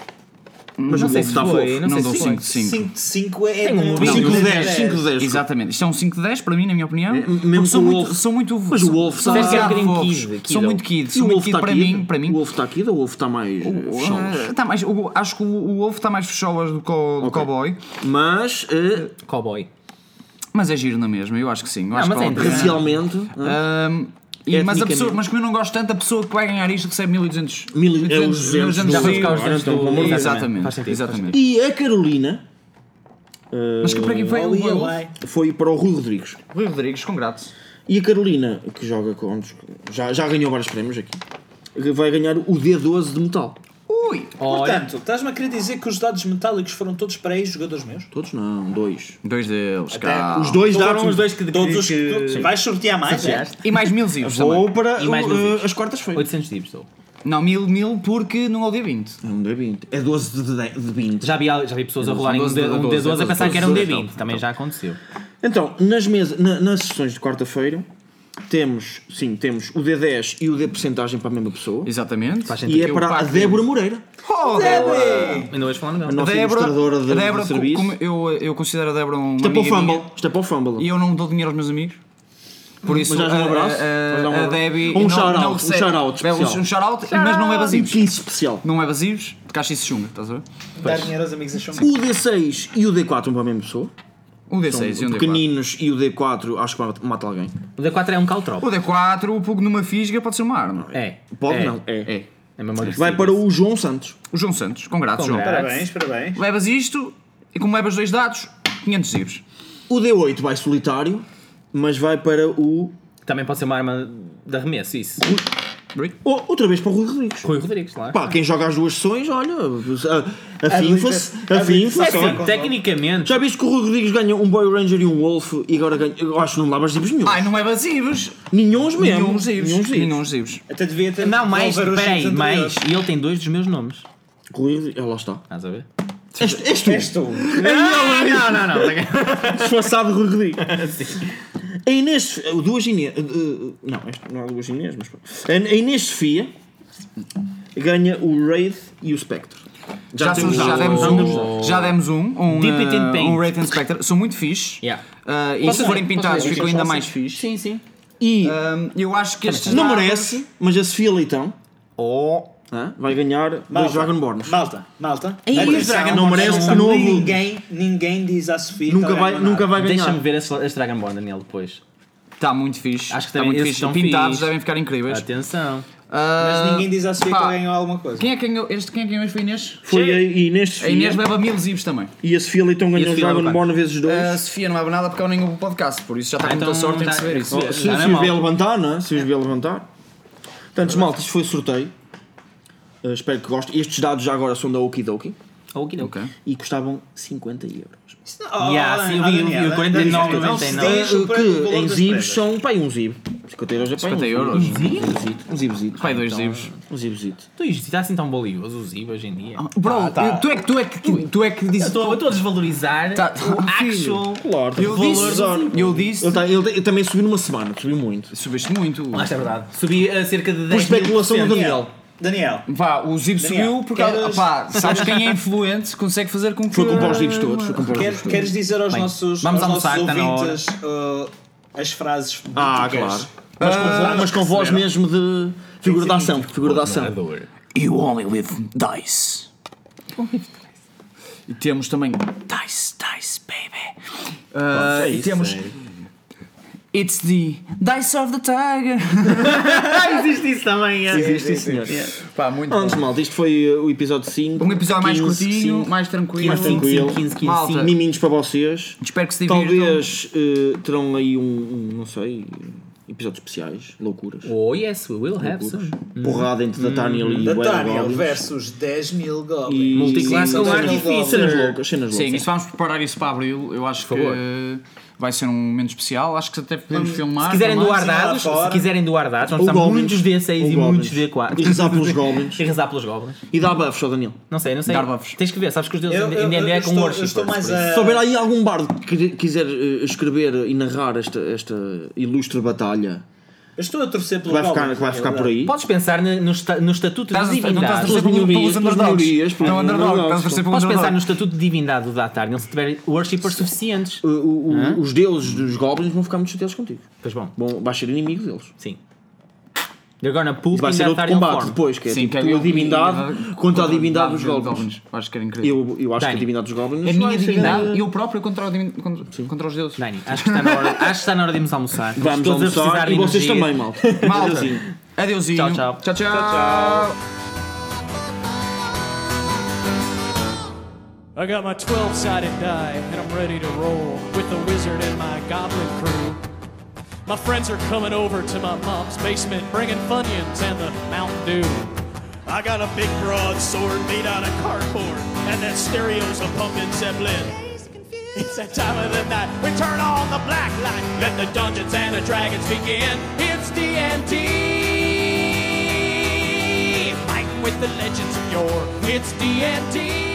Mas não
o
sei
Wolf
se
está
foi,
fofo.
não sei
dou
se foi.
5 de 5.
5 de 5 é.
Tem um-
é-
Não,
5 de
eu-
10, 5 de 10.
Exatamente, isto é um 5 de 10 para mim, na minha opinião. porque
É, mesmo
são
com o
muito,
Wolf.
são muito.
Mas o Wolf tá
são
está-
demasiado
Parece um bocadinho
fofos.
kid,
São
kiddo.
muito kids,
E é o
são muito
Wolf
kid
está
para
aqui?
mim. Para mim.
O Wolf está aqui ou o Wolf está mais. eh, fechados?
Ah, tá mais, o- acho que o, o Wolf está mais fecholas do que o do cowboy,
Mas, eh,
Cowboy.
mas é giro na mesma, eu acho que sim. Eu acho
mas
que
é
vale a pena.
racialmente,
Ah.
Ahm, e- mas, a
Etnicamente.
pessoa, mas como eu não gosto tanto, a pessoa que vai ganhar isto recebe 1200.
Mil- é os 200
Já
Sim, é
vai ficar os
agora
dentes
estão
do...
com
Exatamente.
amor.
Faz sentido,
Exatamente.
faz sentido.
ah, E a Carolina
Mas que para quem foi o
Olha,
Wolf?
uai.
foi para o Rui Rodrigues.
Rui Rodrigues, congratos.
E a Carolina, que joga com. Já, já ganhou vários prémios aqui. Vai ganhar o D12 de metal.
Ui!
Olha,
Portanto, estás-me a querer dizer que os dados metálicos foram todos para ex-jogadores meus?
Todos não, dois.
Dois deles, cá.
Os dois
Todos-
dados.
que
Todos os que tu- Vais sortear mais? É?
Sorteaste?
E mais mil zivos também.
Ou para
E mais
o,
dois
eh,
livros.
as quartas-feiras.
800 zips, estou.
Não, mil, mil, porque não é o dia 20.
É um D20. É 12 de, de, de 20.
Já vi, já vi pessoas a rolarem um
doze,
é
D- um
doze,
D12 a
doze,
pensar que era um
doze,
D20.
então,
Também já aconteceu.
Então, nas, mesas, na- nas sessões de quarta-feira, temos, sim, temos o D10 e o D percentagem para a mesma pessoa.
Exatamente.
Faz
E
sentido.
é
Eu
para a
parto-
Débora Moreira.
Oh, Débora!
Ainda hoje falando
A
dela.
nossa
Débora,
ilustradora de,
a
de
Débora, co-
serviço.
como eu, eu considero a Débora uma
Isto é para o
amiga minha,
Fumble. Isto é para o Fumble.
E eu não dou dinheiro aos meus amigos. Por isso,
dás um
a- a-
abraço? Vais
A,
dar um
a,
abraço?
Debbie.
Ou um
não-
shout-out,
não
um
recebe-
shout-out
é um-
especial.
Um shout-out, mas não é
E
vazio.
15 especial.
Não é vazio, porque acho isso chunga, estás a ver?
Dar dinheiro aos amigos acham
O D6 e o D4 vão para a mesma pessoa.
O
São
D6 e um D4.
pequeninos e o D4 acho que mata- mata alguém.
O D4 é um caltrop.
O D4, o pouco numa fisga, pode ser uma arma.
É.
Pode
É.
não? É.
É.
É mesmo agressivo.
Vai para o João Santos.
O João Santos, congratos, João.
Congrats.
Parabéns, parabéns.
Levas isto e como levas dois dados, 500 zibos.
O D8 vai solitário, mas vai para o.
Também pode ser uma arma de arremesso, isso.
Oh, outra vez para o Rui Rodrigues.
Rui Rodrigues, lá.
Pá, quem joga as duas sessões, olha. A, a
Habilita-se.
finfa-se. A finfa
Assim,
Habilita-se.
tecnicamente,
Já viste que o Rui Rodrigues ganha um Boy Ranger e um Wolf e agora ganha. Eu acho que não leva zibos nenhum.
Ai, não é vazios.
Nenhums mesmo.
Nenhum zibos.
Nenhuns zibos.
Nenhum zibos.
Até devia ter.
Não, mais,
devolver os
peraí,
anteriores.
mais. E ele tem dois dos meus nomes.
Rui Rodrigues. Ah, lá está.
Estás a ver?
És, és tu.
És tu.
Não, não, não.
Disfarçado de Rui Rodrigo. A Inês, duas Inês, eh, eh, não, não há duas Inês, mas pronto. A Inês Sofia ganha o Wraith e o Spectre.
Já,
temos-
temos- já
já
demos
temos-
um, já demos um, um,
Dip it in
uh,
paint.
um Rate Inspector. São muito fixe.
Yeah.
Uh, e se forem pintados, ficam ainda mais fixe.
Sim, sim.
E
Um, eu acho que estes.
não
dados-
merece, mas a Sofia Leitão
Oh,
hã, vai ganhar dois Dragonborns.
Malta, malta.
Ei,
Atenção,
os Dragon
não
atenção.
merece de novo.
Ninguém, ninguém diz à Sofia.
Nunca
que ela
vai,
ganhou
nunca
nada.
vai
Deixa-me
ganhar.
ver as, as Dragonborn, Daniel, depois.
está Tá muito fixe.
Acho que
está
também
muito
esses
fixe.
estão
Pintados
fixe.
devem ficar incríveis.
Atenção.
Mas ninguém diz à Sofia que
Pá.
ela ganhou alguma coisa.
Quem é que ganhou? Este quem é que ganhou? Este foi a Inês?
Foi a Inês
A Inês
Sofia
leva mil zibos também.
e a Sofia Leitão
E a
ganhou o
Sofia
Dragonborn vezes
A
dois.
Eh, Sofia não leva nada porque eu nem ouve o podcast, por isso já está
Ah,
com muita
então
sorte em
tá-
receber isso.
Oh,
é,
se se
não é
os vier
mau.
levantar, não é? Se os vier levantar. Portanto, malta, isto foi o sorteio. Uh, espero que gostem. Estes dados já agora são da Okidoki
Ok.
e custavam 50 euros.
Isso não- oh,
Yeah,
oh,
sim, eu
oh,
vi- eu vi
Daniel,
é
o 49,
não se
99.
deixa
Uh,
por- pelo
que
valor
em
das
zibos
pregas.
são, pai, um zibo. 50 euros é pá,
50
um
euros.
zibo. Um zibo. Um zibozito.
Pai, dois zibos.
Um zibozito.
Tu isto está assim tão bolioso, o Zibo, hoje em dia.
Bro, eu- tu é que tu é que tu é que
Ah, tá. Eu
dizes.
Estou eu estou a desvalorizar
Tá-
o
Filho.
actual.
Claro,
Eu disse, eu disse,
Ele, tá- ele, ele também subiu numa semana, subiu muito.
subiste muito.
Mas é verdade. Subi a cerca de 10
Por especulação do Daniel.
Daniel,
Pá, o Zibo
Daniel,
subiu porque
queres-
pá, sabes quem é influente consegue fazer com que
Foi comprar os livros todos. Foi comprar os
quer-
livros todos.
queres dizer aos
Bem,
nossos,
vamos
aos nossos
almoçar, está na hora.
ouvintes uh, as frases
então, Ah,
que tu queres?
claro. Mas com,
Ah,
voz, mas com voz mesmo de figura de ação. Figura de
é
ação.
You only live dice. E temos também Dice, Dice, baby.
É
Uh, e temos. It's the Dice of the Tiger.
Ah, Existe isso também, é.
Existe, sim, senhor.
Pá, muito bom.
Antes, malta, isto foi uh, o episódio 5.
Um episódio mais
15,
curtinho,
5,
mais tranquilo.
mais tranquilo.
15, 15, 15,
Malta,
Miminhos para vocês.
espero que se divirtam.
Talvez uh, terão aí um, um, não sei, episódios especiais, loucuras.
Oh, yes, we will have some.
Porrada entre Nathaniel e
Da
Wayne
Hum. Daniel
Goblins.
versus 10 mil goblins.
E-
Multiclass
sim,
ou
cenas
artificer.
loucas, Cenas loucas, cenas
Sim,
loucas.
isso vamos preparar isso para abril. Eu acho
favor.
que vai ser um momento especial. Acho que até podemos filmar.
Se quiserem
também.
doar dados,
lá fora.
se quiserem doar dados, vamos
Ou
precisar
goblins.
muitos D6
Ou
e
goblins.
muitos D4.
E rezar pelos goblins.
E rezar pelos goblins.
E dá buffs ao Daniel.
Não sei, não sei.
Dar buffs.
Tens que ver, sabes que os deuses
Eu- eu-
ainda
eu
é com
estou- eu
worshippers.
estou mais
por isso.
Se houver aí algum bardo que quiser eh, escrever e narrar esta, esta ilustre batalha
Eu estou a torcer
que
pelo É
vai ficar,
Goblin,
que vai
na
ficar por
realidade.
aí,
Podes pensar no, no esta- no estatuto
Estás a-
de
não estás a
divindade.
Pelas
torcer pelo- pelos
minorias, pelas minorias,
underdogs.
pelos
Não, underdog.
underdogs.
Estás a torcer pelos
Podes pensar no
underdogs.
estatuto de divindade do Datarniel se tiver worshippers suficientes.
o- eh, o- os deuses dos goblins vão ficar muito chateados contigo.
Pois bom,
Bom, vais ser inimigo deles.
sim. They're gonna poop
E vai
in
ser outro
Datarniel
combate
form.
depois, que é
Sim,
tipo,
que um
tu a divindade contra a divindade dos goblins.
Acho que era incrível.
Eu, eu acho que a
Dani,
divindade dos goblins
a
vai
minha
ser-
divindade, eu próprio contra, o dimin- contra, contra os deuses.
Dani, acho que está na hora, acho que está na hora de irmos almoçar.
Vamos
Todos a precisar
almoçar
de
e vocês
energia.
também, malta.
Malta,
Adeusinho.
adeusinho.
Tchau, tchau.
tchau, tchau.
I got my 12 sided die and I'm ready to roll with the wizard and my goblin crew. My friends are coming over to my mom's basement bringing Funyuns and the Mountain Dew. I got a big broadsword made out of cardboard and that stereo's a pumpkin zeppelin. It's that time of the night. We turn on the black light. Let the dungeons and the dragons begin. It's D&D. Fighting with the legends of yore. It's D&D.